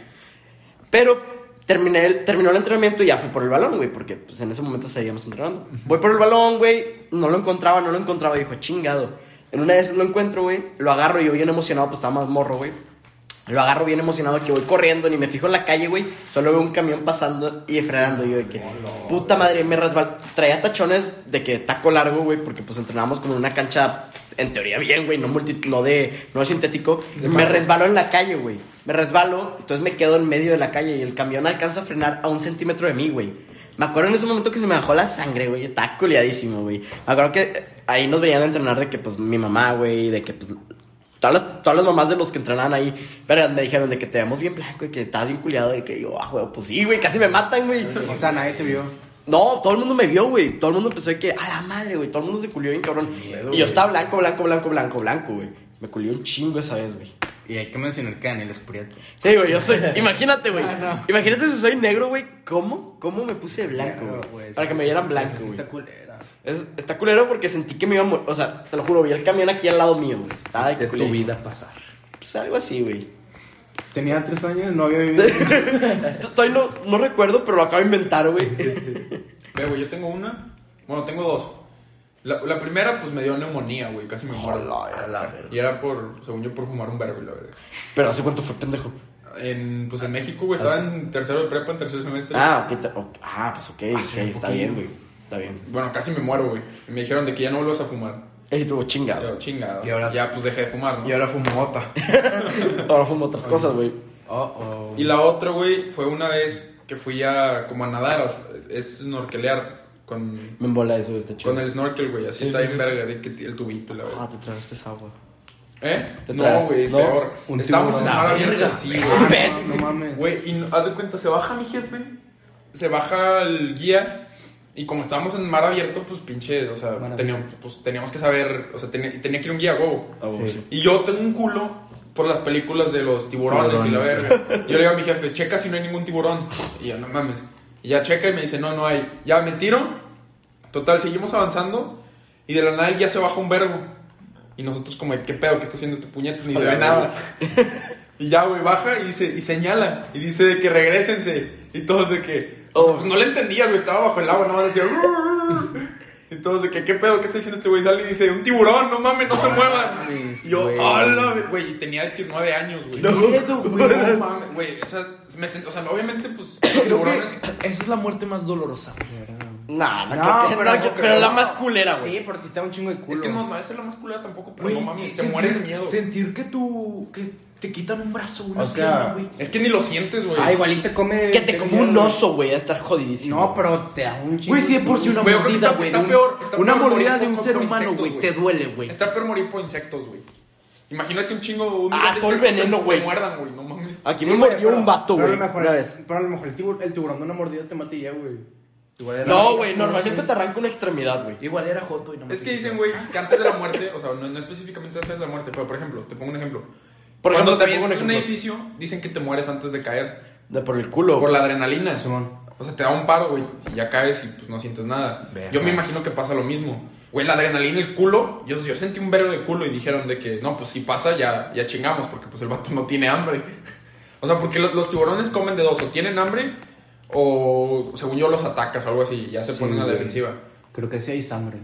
Speaker 1: Pero terminé el, terminó el entrenamiento y ya fui por el balón, güey, porque pues, en ese momento seguíamos entrenando. Voy por el balón, güey, no lo encontraba, no lo encontraba, y dijo, chingado. En una vez lo encuentro, güey, lo agarro yo bien emocionado, pues estaba más morro, güey. Lo agarro bien emocionado que voy corriendo, ni me fijo en la calle, güey. Solo veo un camión pasando y frenando. Y yo de que, puta madre, me resbal. Traía tachones de que taco largo, güey, porque pues entrenábamos como en una cancha, en teoría bien, güey, no, multi- no de, no sintético. me resbaló en la calle, güey. Me resbalo, entonces me quedo en medio de la calle y el camión alcanza a frenar a un centímetro de mí, güey. Me acuerdo en ese momento que se me bajó la sangre, güey. Estaba culiadísimo, güey. Me acuerdo que eh, ahí nos veían a entrenar de que, pues, mi mamá, güey, de que, pues, Todas las, todas las mamás de los que entrenaban ahí, verga, me dijeron de que te vemos bien blanco y que estás bien culiado. Y que yo, ah, güey, pues sí, güey, casi me matan, güey.
Speaker 2: O sea, nadie te vio.
Speaker 1: No, todo el mundo me vio, güey. Todo el mundo empezó de que, a la madre, güey. Todo el mundo se culió bien, cabrón. y yo estaba blanco, blanco, blanco, blanco, blanco, güey. Me culió un chingo esa vez, güey.
Speaker 2: Y hay que mencionar que Daniel es prieto.
Speaker 1: Sí, güey, yo soy. Imagínate, güey.
Speaker 2: Ah,
Speaker 1: Imagínate si soy negro, güey. ¿Cómo? ¿Cómo me puse de blanco,
Speaker 2: Claro,
Speaker 1: güey?
Speaker 2: güey,
Speaker 1: Para que
Speaker 2: sí,
Speaker 1: me vieran
Speaker 2: sí,
Speaker 1: blanco,
Speaker 2: sí,
Speaker 1: güey.
Speaker 2: Está culera.
Speaker 1: Es- Está culero porque sentí que me iba a morir. O sea, te lo juro, vi el camión aquí al lado mío, güey. Estaba de
Speaker 4: de
Speaker 1: que
Speaker 4: tu
Speaker 1: culiadísimo.
Speaker 4: vida pasar.
Speaker 1: Pues algo así, güey.
Speaker 2: Tenía tres años, no había vivido.
Speaker 1: T- Todavía no, no recuerdo, pero lo acabo de inventar, güey.
Speaker 3: Ve, güey, yo tengo una. Bueno, tengo dos. La, la primera, pues me dio neumonía, güey. Casi me muero.
Speaker 1: Hola,
Speaker 3: Y era por, según yo, por fumar un verbo, la verdad.
Speaker 1: Pero hace cuánto fue pendejo.
Speaker 3: En, pues en México, güey,
Speaker 2: Ah,
Speaker 3: estaba en tercero de prepa, en tercer semestre.
Speaker 1: Ah, ok, te- oh, ah, pues ok, ok, está bien, güey. Está bien.
Speaker 3: Bueno, casi me muero, güey. Y me dijeron de que ya no vuelvas a fumar.
Speaker 1: Ey, tuvo chingado.
Speaker 3: Yo, chingado.
Speaker 2: Y ahora-
Speaker 3: Ya, pues dejé de fumar, ¿no?
Speaker 2: Y ahora fumo mota.
Speaker 1: Ahora fumo otras cosas, güey.
Speaker 2: Oh, oh.
Speaker 3: Y la otra, güey, fue una vez que fui a, como a nadar, o sea, es snorkelear con,
Speaker 1: Me embola eso, está chido.
Speaker 3: con el snorkel, güey. Así está bien verga, de que t- el tubito, la verdad.
Speaker 1: Ah, te tragaste esa agua.
Speaker 3: ¿Eh?
Speaker 1: Te
Speaker 3: No,
Speaker 1: tragaste-
Speaker 3: güey,
Speaker 1: no,
Speaker 3: peor.
Speaker 2: un
Speaker 3: Estábamos en la mar
Speaker 2: tiburón. La
Speaker 3: abierta,
Speaker 2: verga.
Speaker 3: sí, güey.
Speaker 1: ¿Ves?
Speaker 2: No mames.
Speaker 3: Güey, y no- haz de cuenta, se baja mi jefe, se baja el guía, y como estábamos en mar abierto, pues pinche, o sea, teníamos, pues, teníamos que saber, o sea, tenía, tenía que ir un guía, huevo.
Speaker 1: Ah, huevo, sí.
Speaker 3: Y yo tengo un culo por las películas de los tiburones, y la verga. Yo le digo a mi jefe, checa si no hay ningún tiburón. Y yo, no mames. Y ya checa y me dice, no, no hay. Ya me tiro. Total, seguimos avanzando. Y de la nada el guía se baja un verbo. Y nosotros como, ¿qué pedo? ¿Qué está haciendo tu puñete? Ni se ve nada. Y ya, güey, baja y, dice, y señala. Y dice de que regresense. Y todos de que... o sea,
Speaker 1: Oh.
Speaker 3: pues no le entendías, güey. Estaba bajo el agua, no decía... "Rrrr". Y todos de que, ¿qué pedo? ¿Qué está diciendo este güey? Sale y dice, un tiburón, no mames, no se muevan. Y yo,
Speaker 4: güey.
Speaker 3: hola, güey. Y tenía de que nueve años, güey.
Speaker 4: Miedo, güey.
Speaker 3: No mames, güey. O sea, me sent- o sea, obviamente, pues,
Speaker 4: Creo que
Speaker 3: tiburones...
Speaker 4: esa es la muerte más dolorosa, güey.
Speaker 1: Nah, no,
Speaker 2: No,
Speaker 1: creo que-
Speaker 2: pero
Speaker 1: no,
Speaker 2: no
Speaker 1: yo- pero,
Speaker 2: creo.
Speaker 1: la más culera, güey.
Speaker 2: Sí, pero si te da un chingo de culo.
Speaker 3: Es que no, no es la más culera tampoco, pero no
Speaker 4: y
Speaker 3: mames, te
Speaker 4: sentir-
Speaker 3: mueres de miedo.
Speaker 4: Sentir que tú. que te quitan un brazo, una
Speaker 2: O sea,
Speaker 4: pierna, güey.
Speaker 3: Es que ni lo sientes, güey.
Speaker 2: Ah, igual y te come.
Speaker 1: Que te como
Speaker 2: come
Speaker 1: un oso, güey, a estar jodidísimo.
Speaker 2: No, pero te da un chingo.
Speaker 4: Güey, sí,
Speaker 2: de
Speaker 4: es por si
Speaker 2: culo.
Speaker 4: una
Speaker 3: Güey, yo creo que
Speaker 4: mordida,
Speaker 3: está-
Speaker 4: güey.
Speaker 3: está
Speaker 4: de un-
Speaker 3: peor- está
Speaker 4: una
Speaker 3: peor
Speaker 4: mordida
Speaker 3: morir
Speaker 4: de un
Speaker 3: por-
Speaker 4: ser
Speaker 3: por
Speaker 4: humano,
Speaker 3: insectos,
Speaker 4: güey.
Speaker 3: güey.
Speaker 4: Te duele, güey.
Speaker 3: Está peor morir por insectos, güey. Imagínate un chingo. Un
Speaker 1: Ah,
Speaker 3: millón de
Speaker 1: todo el
Speaker 3: insectos
Speaker 1: veneno,
Speaker 3: que
Speaker 1: güey. Ah,
Speaker 3: Te muerdan, güey, no mames.
Speaker 1: Aquí
Speaker 2: Sí,
Speaker 1: me
Speaker 2: güey,
Speaker 1: mordió
Speaker 2: pero-
Speaker 1: un vato,
Speaker 2: pero a
Speaker 1: güey.
Speaker 2: lo mejor-
Speaker 1: Una vez.
Speaker 2: Pero a lo mejor el, tibur- el tiburón de una mordida te mata y ya, güey. Igual era-
Speaker 1: No, güey, normalmente te arranca una extremidad, güey.
Speaker 4: Igual era Joto y no me
Speaker 3: Es que dicen, güey, que antes de la muerte, o sea, no, no específicamente antes de la muerte, pero por ejemplo, te pongo un ejemplo.
Speaker 1: Por
Speaker 3: Cuando
Speaker 1: ejemplo, te
Speaker 3: te
Speaker 1: pongo un
Speaker 3: avientas de un
Speaker 1: ejemplo.
Speaker 3: edificio, dicen que te mueres antes de caer.
Speaker 1: De por el culo.
Speaker 3: Por la adrenalina.
Speaker 2: Simón.
Speaker 3: O sea, te da un paro, güey, y ya caes y pues no sientes nada. Yo me imagino que pasa lo mismo. Güey, la adrenalina, el culo, yo, yo sentí un verbo de culo y dijeron de que, no, pues si pasa ya, ya chingamos, porque pues el vato no tiene hambre. O sea, porque lo- los, tiburones comen de dos, o tienen hambre, o según yo los atacas o algo así, y ya se
Speaker 2: Sí,
Speaker 3: ponen a la
Speaker 2: güey.
Speaker 3: defensiva.
Speaker 2: Creo que sí hay sangre.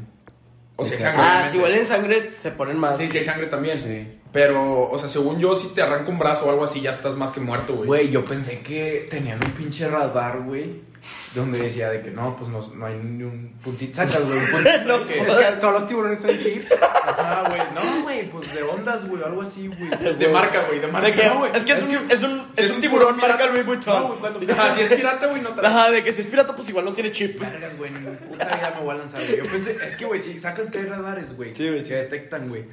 Speaker 3: O si hay
Speaker 2: Ok.
Speaker 3: sangre.
Speaker 1: Ah,
Speaker 3: obviamente.
Speaker 1: si huelen sangre, se ponen más.
Speaker 3: Sí, sí, hay sangre también.
Speaker 2: Sí.
Speaker 3: Pero, o sea, según yo, si te arranca un brazo o algo así, ya estás más que muerto, güey.
Speaker 4: Güey, yo pensé que tenían un pinche radar, güey. Donde decía de que no, pues no, no hay ni un puntito. Sacas, güey, un puntito. de que-
Speaker 2: Es que todos los tiburones son chips.
Speaker 4: Ajá, güey. No, güey, pues de ondas, güey, algo así, güey.
Speaker 3: De marca, güey, de marca.
Speaker 1: De que-
Speaker 3: No, güey.
Speaker 1: es que es,
Speaker 4: es
Speaker 1: un,
Speaker 4: que-
Speaker 1: es un,
Speaker 3: si
Speaker 1: es
Speaker 3: es
Speaker 1: un
Speaker 3: un
Speaker 1: tiburón
Speaker 3: pirata-
Speaker 1: marca Louis
Speaker 4: No,
Speaker 1: Vuitton.
Speaker 4: güey, cuando
Speaker 3: Ah, si es pirata, güey, no te
Speaker 1: Ajá, de que si es pirata, pues igual no tiene chip.
Speaker 4: Vergas, güey, en mi puta vida me voy a lanzar, güey. Yo pensé, es que, güey, si sacas que hay radares, güey.
Speaker 1: Sí, güey, sí.
Speaker 4: Que detectan, güey.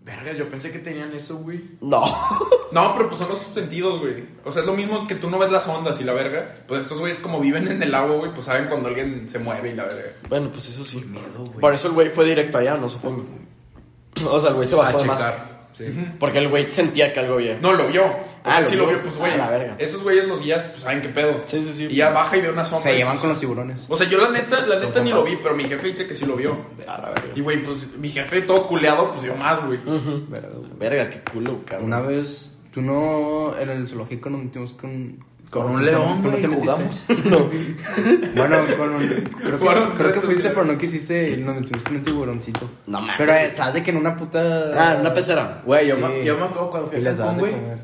Speaker 4: Vergas, yo pensé que tenían eso, güey.
Speaker 1: No.
Speaker 3: No, pero pues son los sentidos, güey. O sea, es lo mismo que tú no ves las ondas y la verga. Pues estos güeyes como viven en el agua, güey, pues saben cuando alguien se mueve y la verga.
Speaker 1: Bueno, pues eso sí.
Speaker 4: güey.
Speaker 1: Por eso el güey fue directo allá, no supongo. O sea, el güey se
Speaker 4: A
Speaker 1: bajó de más.
Speaker 4: checar. Sí.
Speaker 1: Porque el güey sentía que algo había.
Speaker 3: No, lo vio.
Speaker 1: Ah,
Speaker 3: Ah,
Speaker 1: lo
Speaker 3: sí lo
Speaker 1: vio.
Speaker 3: vio, pues,
Speaker 1: Ah,
Speaker 3: güey.
Speaker 1: la verga.
Speaker 3: Esos güeyes, los guías, pues saben qué pedo.
Speaker 1: Sí, sí, sí.
Speaker 3: Y ya baja y ve una sombra.
Speaker 2: Se
Speaker 3: y, pues,
Speaker 2: llevan con los tiburones.
Speaker 3: O sea, yo la neta, la neta ni lo
Speaker 4: compas.
Speaker 3: vi, pero mi jefe dice que sí lo vio.
Speaker 1: A la verga.
Speaker 3: Y, güey, pues mi jefe todo culeado, pues yo más, güey.
Speaker 1: Verga, qué culo, cabrón.
Speaker 2: Una vez, tú no, en el zoológico nos metimos con...
Speaker 4: Con un león,
Speaker 2: ¿Tú no
Speaker 4: güey,
Speaker 2: te metiste?
Speaker 4: jugamos.
Speaker 2: Bueno, con un- creo
Speaker 3: Jugaron
Speaker 2: que, creo que
Speaker 3: retos,
Speaker 2: fuiste,
Speaker 3: sí.
Speaker 2: pero no quisiste, nos metimos con un tiburoncito.
Speaker 1: No mames.
Speaker 2: Pero eh, sabes de que en una puta...
Speaker 1: Ah, en una pecera.
Speaker 4: Güey, yo,
Speaker 2: Sí.
Speaker 4: me, yo me acuerdo cuando fui
Speaker 2: Y
Speaker 4: a
Speaker 2: les das
Speaker 4: Cancún,
Speaker 2: de
Speaker 4: güey.
Speaker 2: comer.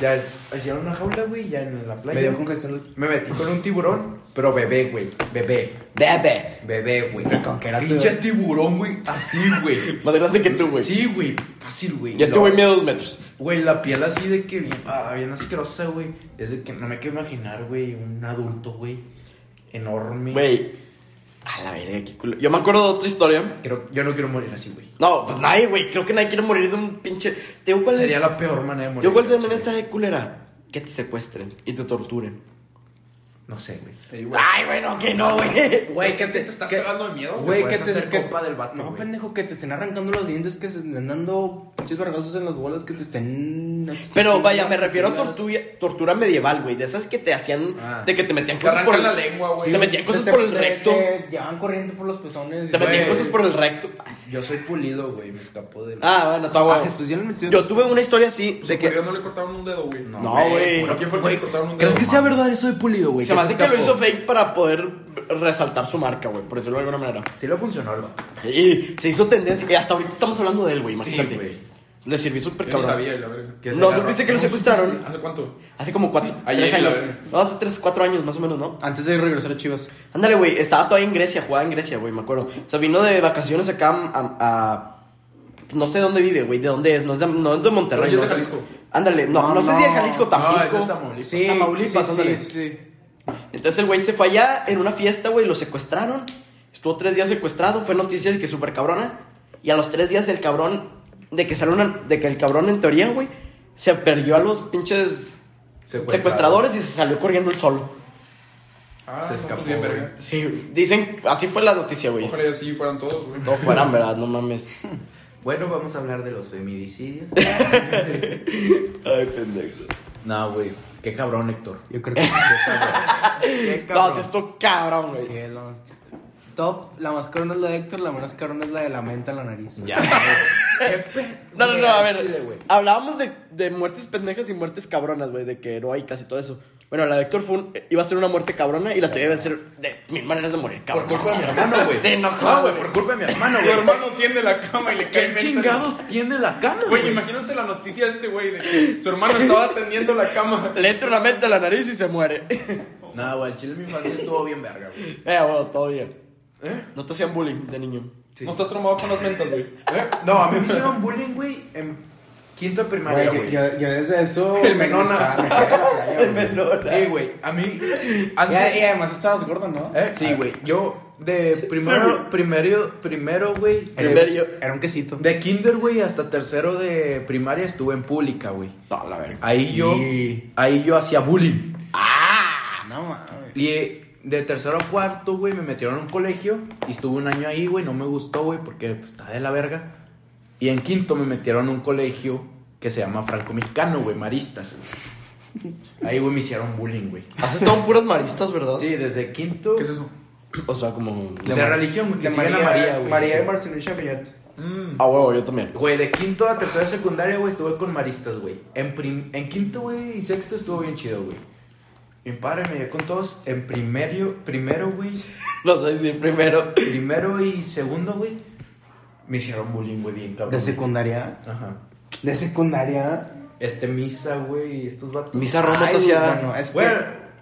Speaker 4: Ya es- pues, hicieron una jaula, güey, ya en la playa.
Speaker 2: Me dio congestión.
Speaker 4: Me metí con un tiburón, pero bebé, güey. Bebé,
Speaker 1: Bebe.
Speaker 4: bebé, güey.
Speaker 2: con que era
Speaker 4: Pinche
Speaker 2: tu-
Speaker 4: tiburón, güey. Así, güey.
Speaker 1: Más grande que tú, güey.
Speaker 4: Sí, güey. Fácil, güey.
Speaker 1: Y este
Speaker 4: No.
Speaker 1: güey mide dos metros.
Speaker 4: Güey, la piel así de que bien, ah, bien asquerosa, güey. Es de que no me quiero imaginar, güey, un adulto, güey. Enorme.
Speaker 1: Güey. A la verga, qué culo. Yo me acuerdo de otra historia.
Speaker 4: Creo- yo no quiero morir así, güey.
Speaker 1: No, pues nadie, güey. Creo que nadie quiere morir de un pinche. ¿Te digo cuál
Speaker 4: Sería
Speaker 1: es?
Speaker 4: la peor manera de morir.
Speaker 1: Yo cuál
Speaker 4: güey.
Speaker 1: también está de culera. Que te secuestren y te torturen.
Speaker 4: No sé, güey.
Speaker 3: Ey, güey.
Speaker 1: Ay, bueno, que no, güey.
Speaker 3: Güey, ¿qué te, te estás cagando de miedo?
Speaker 4: Güey,
Speaker 2: Güey,
Speaker 1: Pues,
Speaker 4: que
Speaker 2: que
Speaker 4: te
Speaker 2: te-
Speaker 4: hacer
Speaker 2: que-
Speaker 4: compa del vato,
Speaker 2: No,
Speaker 4: güey.
Speaker 2: pendejo, que te estén arrancando los dientes, que se estén dando pinches vergazos en las bolas, que te estén...
Speaker 1: Pero vaya, me refiero a tortura, tortura medieval, güey. De esas que te hacían.
Speaker 4: Ah.
Speaker 1: De que te metían
Speaker 3: Te
Speaker 1: cosas por.
Speaker 3: arrancan la lengua, güey.
Speaker 1: Te metían cosas por el recto.
Speaker 2: Te llevan corriendo por los pezones.
Speaker 1: Te metían
Speaker 4: Güey.
Speaker 1: cosas por el recto.
Speaker 4: Yo soy pulido, güey. Me escapó del.
Speaker 1: Ah, bueno, está
Speaker 2: A
Speaker 1: guay.
Speaker 2: Jesús ya le metió...
Speaker 1: Yo tuve una historia así
Speaker 3: O sea,
Speaker 1: de que.
Speaker 3: Yo no le cortaron un dedo, güey.
Speaker 1: No, güey.
Speaker 3: ¿A quién fue el que le cortaron un dedo?
Speaker 4: ¿Crees que sea verdad eso de pulido, güey?
Speaker 1: Se me hace que lo
Speaker 4: escapó?
Speaker 1: hizo fake para poder resaltar su marca, güey, por decirlo de alguna manera.
Speaker 4: Sí le funcionó el vato.
Speaker 1: Y se hizo tendencia, y hasta ahorita estamos hablando de él, güey, imagínate.
Speaker 4: Sí, güey.
Speaker 1: Le sirvió súper
Speaker 3: Yo no
Speaker 1: cabrón.
Speaker 3: sabía, y la verga.
Speaker 4: Que se
Speaker 1: ¿No
Speaker 4: agarró.
Speaker 1: supiste que lo secuestraron?
Speaker 3: ¿Hace cuánto?
Speaker 1: Hace como cuatro,
Speaker 3: Ayer,
Speaker 1: tres
Speaker 3: la
Speaker 1: años.
Speaker 3: verga.
Speaker 1: No, hace tres, cuatro años más o menos, ¿no?
Speaker 2: Antes de regresar a Chivas.
Speaker 1: Ándale, güey, estaba todavía en Grecia, jugaba en Grecia, güey, me acuerdo. O sea, vino de vacaciones acá a... a- no sé dónde vive, güey, de dónde es, no es de, no es de Monterrey.
Speaker 3: Creo que
Speaker 1: no
Speaker 3: es de
Speaker 1: sé.
Speaker 3: Jalisco.
Speaker 1: Ándale, no, no,
Speaker 2: No,
Speaker 1: sé si de
Speaker 2: no.
Speaker 1: Jalisco,
Speaker 4: No,
Speaker 1: Tampico.
Speaker 4: es de Tamaulipas.
Speaker 2: Sí,
Speaker 1: Tamaulipas,
Speaker 2: sí,
Speaker 1: ándale.
Speaker 2: sí, sí.
Speaker 1: Entonces el güey se fue allá en una fiesta, güey, lo secuestraron. Estuvo tres días secuestrado, fue noticia de que súper cabrona. Y a los tres días del cabrón, de que salió una- de que el cabrón en teoría, güey, se perdió a los pinches
Speaker 4: Secuestrado.
Speaker 1: secuestradores y se salió corriendo el solo.
Speaker 3: Ah,
Speaker 4: Se
Speaker 3: no,
Speaker 4: escapó,
Speaker 3: pues bien,
Speaker 4: güey.
Speaker 3: verga.
Speaker 1: Sí, dicen, así fue la noticia, güey.
Speaker 3: Ojalá y así fueran todos, güey.
Speaker 1: No fueran, ¿verdad? No mames.
Speaker 4: Bueno, vamos a hablar de los feminicidios.
Speaker 1: Ay, pendejo.
Speaker 4: no, güey. Qué cabrón, Héctor.
Speaker 2: Yo creo que...
Speaker 4: Qué cabrón. Qué
Speaker 1: No,
Speaker 4: cabrón.
Speaker 1: si esto cabrón, güey.
Speaker 2: Sí, la más... Top, la más cabrona es la de Héctor, la menos cabrona es la de la menta en la nariz. Ya.
Speaker 1: No, no, no, a ver.
Speaker 4: Chile, güey.
Speaker 1: hablábamos de, de muertes pendejas y muertes cabronas, güey, de que heroicas y todo eso. Bueno, la de Héctor fue un- iba a ser una muerte cabrona y la tuya iba a ser de mil maneras de morir,
Speaker 4: Por
Speaker 1: cabrón.
Speaker 4: culpa de mi hermano, güey.
Speaker 1: Sí, no,
Speaker 4: No, güey, por culpa de mi hermano,
Speaker 3: Tu
Speaker 4: güey.
Speaker 3: hermano tiende la cama y le cae
Speaker 4: ¿Qué
Speaker 3: menta.
Speaker 4: chingados tiene la cama,
Speaker 3: Güey, imagínate la noticia de este güey de que su hermano estaba atendiendo la cama.
Speaker 1: Le entra una mente a la nariz y se muere. eh,
Speaker 4: No, güey, el chile de mi infancia estuvo bien verga, güey.
Speaker 1: bueno, todo bien.
Speaker 4: ¿Eh?
Speaker 1: No te hacían bullying de niño.
Speaker 4: Sí.
Speaker 3: No estás traumado con las mentas, güey.
Speaker 4: ¿Eh? No, a mí me hicieron bullying, güey, en quinto de primaria,
Speaker 2: Yo,
Speaker 4: güey.
Speaker 2: yo, yo desde eso...
Speaker 3: El menona.
Speaker 2: Me cagué en la playa, güey.
Speaker 4: Sí, güey, a mí...
Speaker 2: Y, y
Speaker 4: Antes,
Speaker 2: además estabas gordo, ¿no?
Speaker 4: ¿Eh? Sí, güey, yo de primero, primero, primero, güey, de-
Speaker 1: Primero.
Speaker 2: Era un quesito.
Speaker 4: de kinder, güey, hasta tercero de primaria estuve en pública, güey.
Speaker 1: No, la verga.
Speaker 4: Ahí yo,
Speaker 2: Y-
Speaker 4: ahí yo hacía bullying.
Speaker 2: ¡Ah! No mames.
Speaker 4: Y eh, de tercero a cuarto, güey, me metieron a un colegio y estuve un año ahí, güey, no me gustó, güey, porque pues, está de la verga. Y en quinto me metieron a un colegio que se llama Franco Mexicano, güey, Maristas, güey. Ahí, güey, me hicieron bullying, güey.
Speaker 1: Has estado en puras maristas, ¿verdad?
Speaker 4: Sí, desde quinto.
Speaker 3: ¿Qué es eso?
Speaker 1: O sea, como.
Speaker 4: De religión, güey, que se María, María, güey.
Speaker 2: María
Speaker 4: Sí.
Speaker 2: de Barcelona Chafayat.
Speaker 3: Mm.
Speaker 1: Ah, huevo, yo también.
Speaker 4: Güey, de quinto a tercero de secundaria, güey, estuve con maristas, güey. En, prim- en quinto, güey, y sexto estuvo bien chido, güey. Mi padre me dio con todos en primero, primero, güey.
Speaker 1: No sé si primero.
Speaker 4: Primero y segundo, güey. Me hicieron bullying, güey, bien cabrón.
Speaker 2: De secundaria.
Speaker 4: Ajá.
Speaker 2: De secundaria.
Speaker 4: Este misa, güey, estos vatos.
Speaker 1: Misa Roma
Speaker 2: Ay,
Speaker 1: te hacía-
Speaker 2: bueno, es que-
Speaker 4: Güey,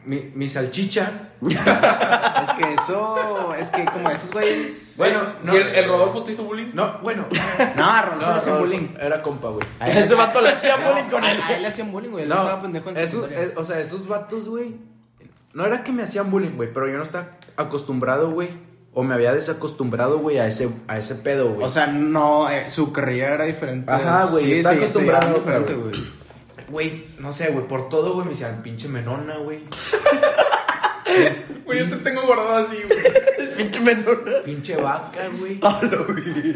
Speaker 4: mi, mi salchicha.
Speaker 2: Es que eso. Es que como esos güeyes.
Speaker 4: Bueno,
Speaker 3: ¿Y el, el Rodolfo te hizo bullying?
Speaker 4: No, bueno.
Speaker 2: No,
Speaker 4: No,
Speaker 2: Rolando no, hacen
Speaker 4: Rodolfo
Speaker 2: bullying.
Speaker 4: Era compa, güey.
Speaker 1: Ese vato le hacía bullying con él.
Speaker 2: A él le hacían bullying, güey. él
Speaker 4: No,
Speaker 2: estaba pendejo en
Speaker 4: esos,
Speaker 2: secundaria.
Speaker 4: eh, o sea, esos vatos, güey. No era que me hacían bullying, güey, pero yo no estaba acostumbrado, güey. O me había desacostumbrado, güey, a ese, a ese pedo, güey.
Speaker 2: O sea, no, eh, su carrera era diferente.
Speaker 4: Ajá, güey, está
Speaker 2: sí,
Speaker 4: acostumbrado,
Speaker 2: era
Speaker 4: pero-
Speaker 2: diferente, güey.
Speaker 4: Güey, no sé, güey, por todo, güey, me decían pinche menona, güey.
Speaker 3: Güey, yo te tengo guardado así, güey.
Speaker 1: Pinche menor.
Speaker 4: Pinche vaca, güey.
Speaker 2: Ah.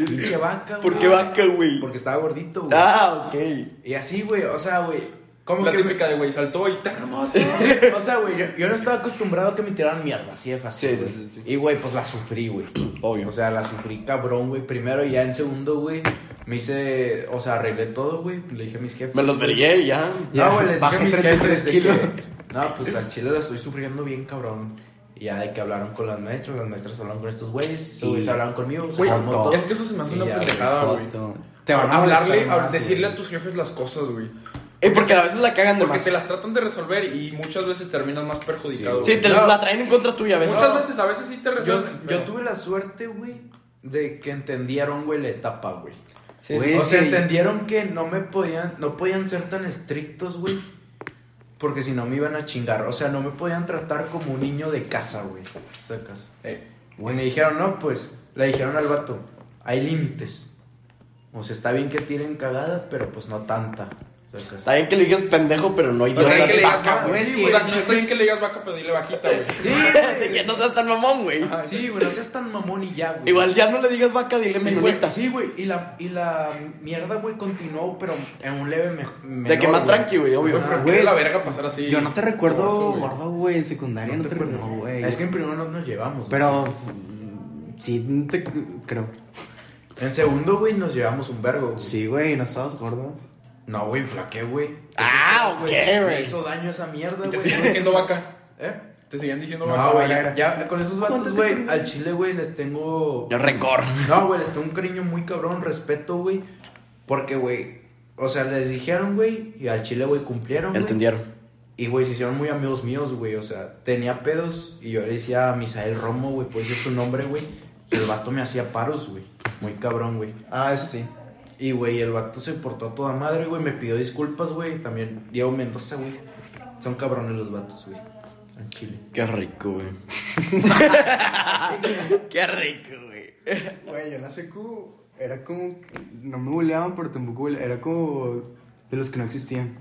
Speaker 4: Pinche vaca, güey.
Speaker 1: ¿Por qué vaca, güey?
Speaker 4: Porque estaba gordito, güey.
Speaker 1: Ah, ok.
Speaker 4: Y así, güey, o sea, güey. Como
Speaker 3: La
Speaker 4: que me-
Speaker 3: típica de, güey, saltó y terremoto.
Speaker 4: Sí, o sea, güey, yo, yo no estaba acostumbrado a que me tiraran mierda, así de fácil.
Speaker 1: Sí, sí,
Speaker 4: güey.
Speaker 1: sí, sí.
Speaker 4: Y, güey, pues la sufrí, güey.
Speaker 1: Obvio.
Speaker 4: O sea, la sufrí cabrón, güey. Primero y ya en segundo, güey, me hice, o sea, arreglé todo, güey. Le dije a mis jefes.
Speaker 1: Me los
Speaker 4: güey.
Speaker 1: vergué y ya.
Speaker 4: No, güey, les dije a
Speaker 2: Bajé
Speaker 4: mis
Speaker 2: 33
Speaker 4: jefes de que,
Speaker 2: kilos.
Speaker 4: no, pues al chile la estoy sufriendo bien, cabrón. Y ya de que hablaron con las maestras, las maestras hablaron con estos güeyes, estos güeyes hablaron conmigo. se
Speaker 3: Güey,
Speaker 4: armó todo.
Speaker 3: es que eso se me hace
Speaker 4: Y
Speaker 3: una
Speaker 4: ya, güey.
Speaker 1: Ah,
Speaker 3: pendejada, güey.
Speaker 2: Joto. Te van a
Speaker 3: hablarle,
Speaker 2: molestar
Speaker 3: a-
Speaker 2: más,
Speaker 3: decirle
Speaker 2: güey.
Speaker 3: a tus jefes las cosas, güey.
Speaker 1: Y porque a veces la cagan de
Speaker 3: Porque
Speaker 1: más.
Speaker 3: se las tratan de resolver y muchas veces terminas más perjudicado.
Speaker 1: Sí,
Speaker 3: güey.
Speaker 1: te la traen en contra tuya a veces.
Speaker 3: Muchas veces, a veces sí te
Speaker 4: Yo,
Speaker 3: resuelven.
Speaker 4: yo
Speaker 3: pero-
Speaker 4: tuve la suerte, güey, de que entendieron, güey, la etapa, güey.
Speaker 2: Sí,
Speaker 4: Güey,
Speaker 2: sí,
Speaker 4: o sea,
Speaker 2: sí.
Speaker 4: entendieron que no me podían, no podían ser tan estrictos, güey. Porque si no me iban a chingar. O sea, no me podían tratar como un niño de casa, güey. Sacas. Eh, y
Speaker 2: Güey,
Speaker 4: me
Speaker 2: sí.
Speaker 4: dijeron, no, pues, le dijeron al vato, hay límites. O sea, está bien que tienen cagada, pero pues no tanta. Sacas.
Speaker 1: Está bien que le digas pendejo, pero no
Speaker 3: O sea,
Speaker 1: idiota.
Speaker 3: que le digas
Speaker 1: Saca,
Speaker 3: vaca,
Speaker 1: güey.
Speaker 3: güey. O sea, no está bien que le digas vaca, pero dile vaquita, güey.
Speaker 4: Sí,
Speaker 1: De
Speaker 4: güey.
Speaker 1: que no seas tan mamón, güey.
Speaker 4: Sí, güey, no seas tan mamón y ya, güey.
Speaker 1: Igual ya no le digas vaca, dile
Speaker 4: Y, güey,
Speaker 1: menonita.
Speaker 4: Sí, güey, y la, y la mierda, güey, continuó, pero en un leve me menor,
Speaker 1: De que más
Speaker 4: güey.
Speaker 1: tranqui, güey,
Speaker 3: Güey,
Speaker 1: obvio.
Speaker 3: pero
Speaker 2: güey,
Speaker 3: qué de la
Speaker 2: es-
Speaker 3: verga pasar así.
Speaker 2: Yo no te recuerdo,
Speaker 3: Todo eso, güey.
Speaker 2: gordo, güey, en secundaria. No, te recuerdo,
Speaker 4: acuerdas?
Speaker 2: güey.
Speaker 4: Es que en primero no nos llevamos. güey.
Speaker 2: Pero. mm, Sí, te, creo.
Speaker 4: En segundo, güey, nos llevamos un vergo. güey.
Speaker 2: Sí, güey, no estabas gordo.
Speaker 4: No, güey, flaqué, güey.
Speaker 1: Ah,
Speaker 4: ¿Qué
Speaker 1: ok,
Speaker 4: crees,
Speaker 1: güey.
Speaker 4: Me hizo daño esa mierda,
Speaker 3: Y
Speaker 4: güey.
Speaker 3: te siguen diciendo vaca.
Speaker 4: ¿Eh?
Speaker 3: Te siguen diciendo vaca.
Speaker 4: No, güey,
Speaker 3: güey.
Speaker 4: ya, ya con esos vatos, güey, al chile, güey, les tengo...
Speaker 1: Yo rencor.
Speaker 4: No, güey, les tengo un cariño muy cabrón, respeto, güey. Porque, güey, o sea, les dijeron, güey, y al chile, güey, cumplieron, güey.
Speaker 1: Entendieron.
Speaker 4: Y, güey, se hicieron muy amigos míos, güey. O sea, tenía pedos y yo le decía a Misael Romo, güey, pues es su nombre, güey. Y el vato me hacía paros, güey. Muy cabrón, güey.
Speaker 2: Ah, eso sí.
Speaker 4: Y, güey, el vato se portó a toda madre, güey. Me pidió disculpas, güey. También Diego Mendoza, güey. Son cabrones los vatos, güey. En Chile.
Speaker 1: Qué rico, güey. Qué rico, güey.
Speaker 2: Güey, yo en la secu era como. que- No me buleaban, pero tampoco bulea- Era como. De los que no existían.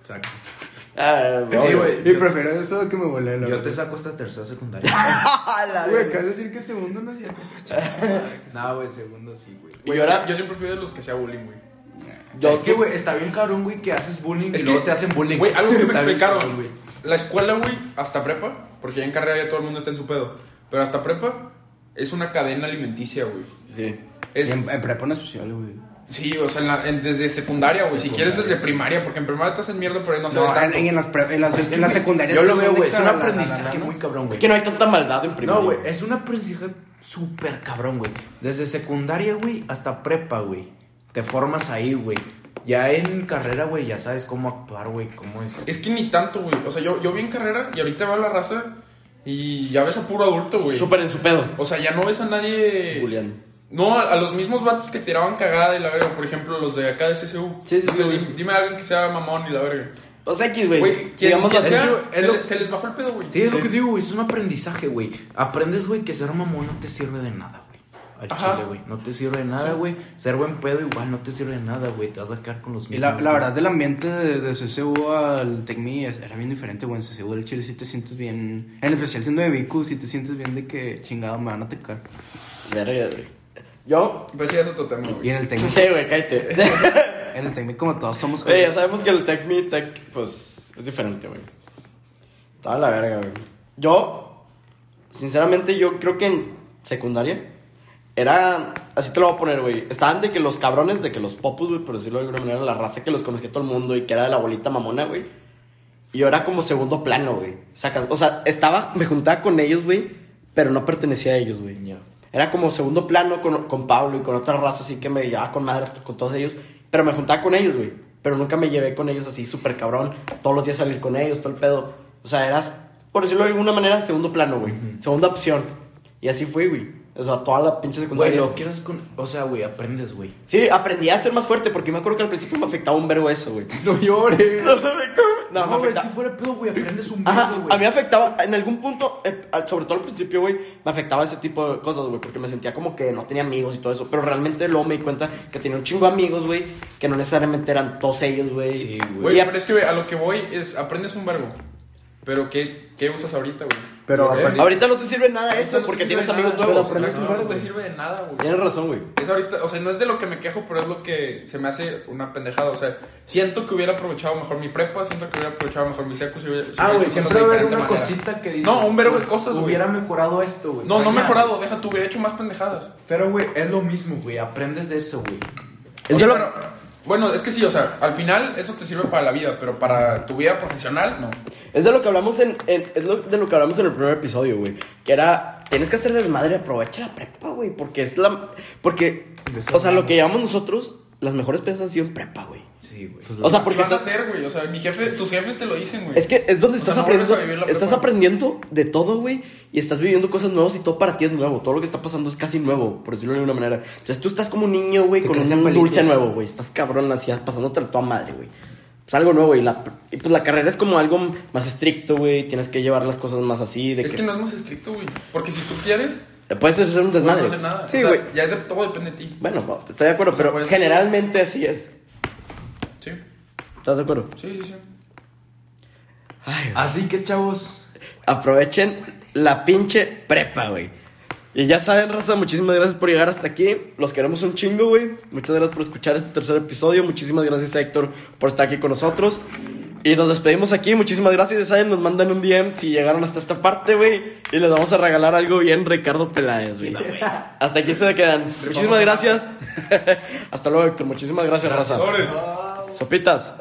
Speaker 4: Exacto.
Speaker 1: Ah,
Speaker 4: Sí,
Speaker 1: obvio.
Speaker 4: güey.
Speaker 2: Y
Speaker 4: yo-
Speaker 2: prefiero eso que me volé la
Speaker 4: Yo te
Speaker 2: verdad.
Speaker 4: saco hasta tercera secundaria.
Speaker 2: Güey, acabas de decir que segundo no es cierto.
Speaker 4: no, güey, segundo sí, güey.
Speaker 3: Güey,
Speaker 1: Y ahora-
Speaker 3: sí, Yo siempre fui de los que hacía bullying, güey.
Speaker 1: Yo-
Speaker 4: es que, güey, está bien cabrón, güey, que haces bullying
Speaker 3: Es
Speaker 4: y
Speaker 3: que-
Speaker 4: luego te hacen bullying.
Speaker 3: Güey, algo que me
Speaker 4: Está bien
Speaker 3: explicaron,
Speaker 4: cabrón,
Speaker 3: güey. La escuela, güey, hasta prepa, porque ya en carrera ya todo el mundo está en su pedo. Pero hasta prepa es una cadena alimenticia, güey.
Speaker 1: Sí.
Speaker 3: Es,
Speaker 2: En, en prepa no es social, güey.
Speaker 3: sí, o sea, en la- en- desde secundaria, güey. Si quieres desde primaria, porque en primaria te hacen mierda, pero ahí no se ve
Speaker 2: No, en,
Speaker 3: tanto.
Speaker 2: en las, pre- en las, en las secundarias.
Speaker 4: Yo
Speaker 2: que
Speaker 4: lo
Speaker 2: son
Speaker 4: veo,
Speaker 2: de
Speaker 4: güey. Es un
Speaker 2: cara- la- la- la-
Speaker 4: aprendizaje
Speaker 2: la-
Speaker 4: muy cabrón, güey.
Speaker 1: Es que no hay tanta maldad en primaria.
Speaker 4: No, güey, es una aprendizaje súper cabrón, güey. Desde secundaria, güey, hasta prepa, güey. Te formas ahí, güey. Ya en carrera, güey, ya sabes cómo actuar, güey, cómo es.
Speaker 3: Es que ni tanto, güey. O sea, yo, yo vi en carrera y ahorita veo a la raza y ya ves a puro adulto, güey.
Speaker 1: Súper en su pedo.
Speaker 3: O sea, ya no ves a nadie.
Speaker 1: Julián.
Speaker 3: No, a, a los mismos vatos que tiraban cagada y la verga. Por ejemplo, los de acá de CSU.
Speaker 1: Sí, sí,
Speaker 3: O sea,
Speaker 1: sí,
Speaker 3: dime,
Speaker 1: güey.
Speaker 3: dime a alguien que sea mamón y la verga.
Speaker 1: O sea, Pues X,
Speaker 3: Güey,
Speaker 1: güey.
Speaker 3: quien,
Speaker 1: Digamos
Speaker 3: quien
Speaker 1: así.
Speaker 3: sea,
Speaker 4: Es que- es
Speaker 3: se,
Speaker 4: lo-
Speaker 3: le- se les bajó el pedo, güey.
Speaker 4: Sí, es lo que digo, güey. Es un aprendizaje, güey. Aprendes, güey, que ser mamón no te sirve de nada, güey. Al
Speaker 3: Ajá.
Speaker 4: chile, güey. No te sirve de nada, güey. Ser buen pedo igual no te sirve de nada, güey. Te vas a quedar con los
Speaker 2: Y
Speaker 4: mismos.
Speaker 2: la, la
Speaker 4: güey.
Speaker 2: verdad, del ambiente de, de CCU al TECMI es- era bien diferente, güey. En CCU del Chile sí te sientes bien. En especial siendo de Vicu, sí te sientes bien de que chingado me van a atacar.
Speaker 1: Verga, güey. Yo.
Speaker 3: Pero Pues sí, es otro tema, güey.
Speaker 2: Y en el
Speaker 1: Sí,
Speaker 2: TECMI,
Speaker 1: güey, cállate.
Speaker 2: en el TECMI como todos somos.
Speaker 1: Oye, ya sabemos que el Tech Me Tech, pues, es diferente, güey. Estaba la verga, güey. Yo, sinceramente, yo creo que en secundaria era. Así te lo voy a poner, güey. Estaban de que los cabrones, de que los popus, güey, por decirlo de alguna manera, la raza que los conocía todo el mundo y que era de la bolita mamona, güey. Y yo era como segundo plano, güey. Sacas. O sea, estaba, me juntaba con ellos, güey, pero no pertenecía a ellos, güey.
Speaker 4: Ya.
Speaker 1: Era como segundo plano con, con Pablo y con otra raza, así que me llevaba con madre con todos ellos. Pero me juntaba con ellos, güey. Pero nunca me llevé con ellos así súper cabrón. Todos los días salir con ellos, todo el pedo. O sea, eras, por decirlo de alguna manera, segundo plano, güey. Segunda opción. Y así fui, güey. O sea, toda la pinche
Speaker 4: Güey,
Speaker 1: secundaria.
Speaker 4: lo quieres con. O sea, güey, aprendes, güey.
Speaker 1: Sí, aprendí a ser más fuerte porque me acuerdo que al principio me afectaba un verbo eso, güey.
Speaker 4: No llores.
Speaker 1: No, me
Speaker 4: No, güey,
Speaker 1: afecta-
Speaker 4: si fuera pedo, güey, aprendes un
Speaker 1: Ajá,
Speaker 4: verbo,
Speaker 1: a mí me
Speaker 4: güey.
Speaker 1: afectaba, en algún punto, eh, al- sobre todo al principio, güey, me afectaba ese tipo de cosas, güey, porque me sentía como que no tenía amigos y todo eso, pero realmente luego me di cuenta que tenía un chingo de amigos, güey, que no necesariamente eran todos ellos, güey.
Speaker 4: Sí,
Speaker 3: Güey,
Speaker 1: Y a-
Speaker 3: pero es que güey, a lo que voy es aprendes un verbo. Pero ¿qué, qué usas ahorita, güey?
Speaker 6: Pero
Speaker 3: Lo que
Speaker 6: aparte-
Speaker 1: Ahorita no te sirve nada
Speaker 3: Ahorita
Speaker 1: eso
Speaker 3: no te
Speaker 1: porque
Speaker 3: sirve
Speaker 1: tienes
Speaker 3: de
Speaker 1: amigos
Speaker 3: nada,
Speaker 1: nuevos.
Speaker 3: güey, o sea,
Speaker 6: aprendes un
Speaker 3: no,
Speaker 6: verbo.
Speaker 3: te sirve de nada, güey.
Speaker 1: Tienes razón, güey.
Speaker 3: Es ahorita, o sea, no es de lo que me quejo, pero es lo que se me hace una pendejada. O sea, siento que hubiera aprovechado mejor mi prepa, siento que hubiera aprovechado mejor mi secu. Si hubiera, si
Speaker 4: Ah,
Speaker 3: hubiera
Speaker 4: güey,
Speaker 3: hecho cosas
Speaker 4: siempre
Speaker 3: de
Speaker 4: va a haber
Speaker 3: diferente
Speaker 4: una
Speaker 3: manera.
Speaker 4: cosita que dices.
Speaker 3: No, un verbo de cosas, güey.
Speaker 4: Hubiera mejorado esto, güey.
Speaker 3: No, no
Speaker 4: Mañana.
Speaker 3: mejorado, deja tu hubiera hecho más pendejadas.
Speaker 4: Pero, güey, es lo mismo, güey. Aprendes de eso, güey.
Speaker 1: Es
Speaker 3: O
Speaker 1: que
Speaker 3: sea,
Speaker 1: lo-
Speaker 3: pero- Bueno, es que sí, o sea, al final eso te sirve para la vida, pero para tu vida profesional, no.
Speaker 1: Es de lo que hablamos en, en- es lo- de lo que hablamos en el primer episodio, güey, que era tienes que hacer desmadre, aprovecha la prepa, güey, porque es la porque o sea, lo que llevamos nosotros, las mejores piezas han sido en prepa, güey.
Speaker 4: Sí, güey.
Speaker 1: O sea, porque
Speaker 3: ¿Qué vas Pues a
Speaker 1: estás-
Speaker 3: hacer, güey? O sea, mi jefe, tus jefes te lo dicen, güey.
Speaker 1: Es que es donde
Speaker 3: O sea,
Speaker 1: estás
Speaker 3: no vuelves a vivir
Speaker 1: aprendiendo.
Speaker 3: la
Speaker 1: Estás
Speaker 3: prepa.
Speaker 1: aprendiendo de todo, güey. Y estás viviendo cosas nuevas y todo para ti es nuevo. Todo lo que está pasando es casi nuevo, por decirlo de alguna manera. Entonces tú estás como un niño, güey,
Speaker 2: Te
Speaker 1: con un
Speaker 2: crecen
Speaker 1: dulce
Speaker 2: pelitos.
Speaker 1: nuevo, güey. Estás cabrón así, pasándote a toda madre, güey. Pues algo nuevo. Y, la, y pues la carrera es como algo más estricto, güey. Tienes que llevar las cosas más así. De
Speaker 3: Es
Speaker 1: que,
Speaker 3: que no es más estricto, güey. Porque si tú quieres,
Speaker 1: te puedes hacer un
Speaker 3: no vas a
Speaker 1: desmadre.
Speaker 3: hacer nada.
Speaker 1: Sí,
Speaker 3: O sea,
Speaker 1: güey.
Speaker 3: ya de- todo depende de ti.
Speaker 1: Bueno, no, estoy de acuerdo,
Speaker 3: O sea,
Speaker 1: pero
Speaker 3: puedes-
Speaker 1: generalmente así es.
Speaker 3: Sí,
Speaker 1: ¿Estás de acuerdo?
Speaker 3: sí, sí. sí.
Speaker 1: Ay, güey.
Speaker 4: Así que, chavos.
Speaker 1: Aprovechen la pinche prepa, güey. Y ya saben, Raza, muchísimas gracias por llegar hasta aquí. Los queremos un chingo, güey. Muchas gracias por escuchar este tercer episodio. Muchísimas gracias a Héctor por estar aquí con nosotros. Y nos despedimos aquí. Muchísimas gracias. Ya saben, nos mandan un DM si llegaron hasta esta parte, güey. Y les vamos a regalar algo bien Ricardo Peláez, güey. Hasta aquí se quedan. Muchísimas gracias. hasta luego, Héctor. Muchísimas gracias, Raza. Sopitas.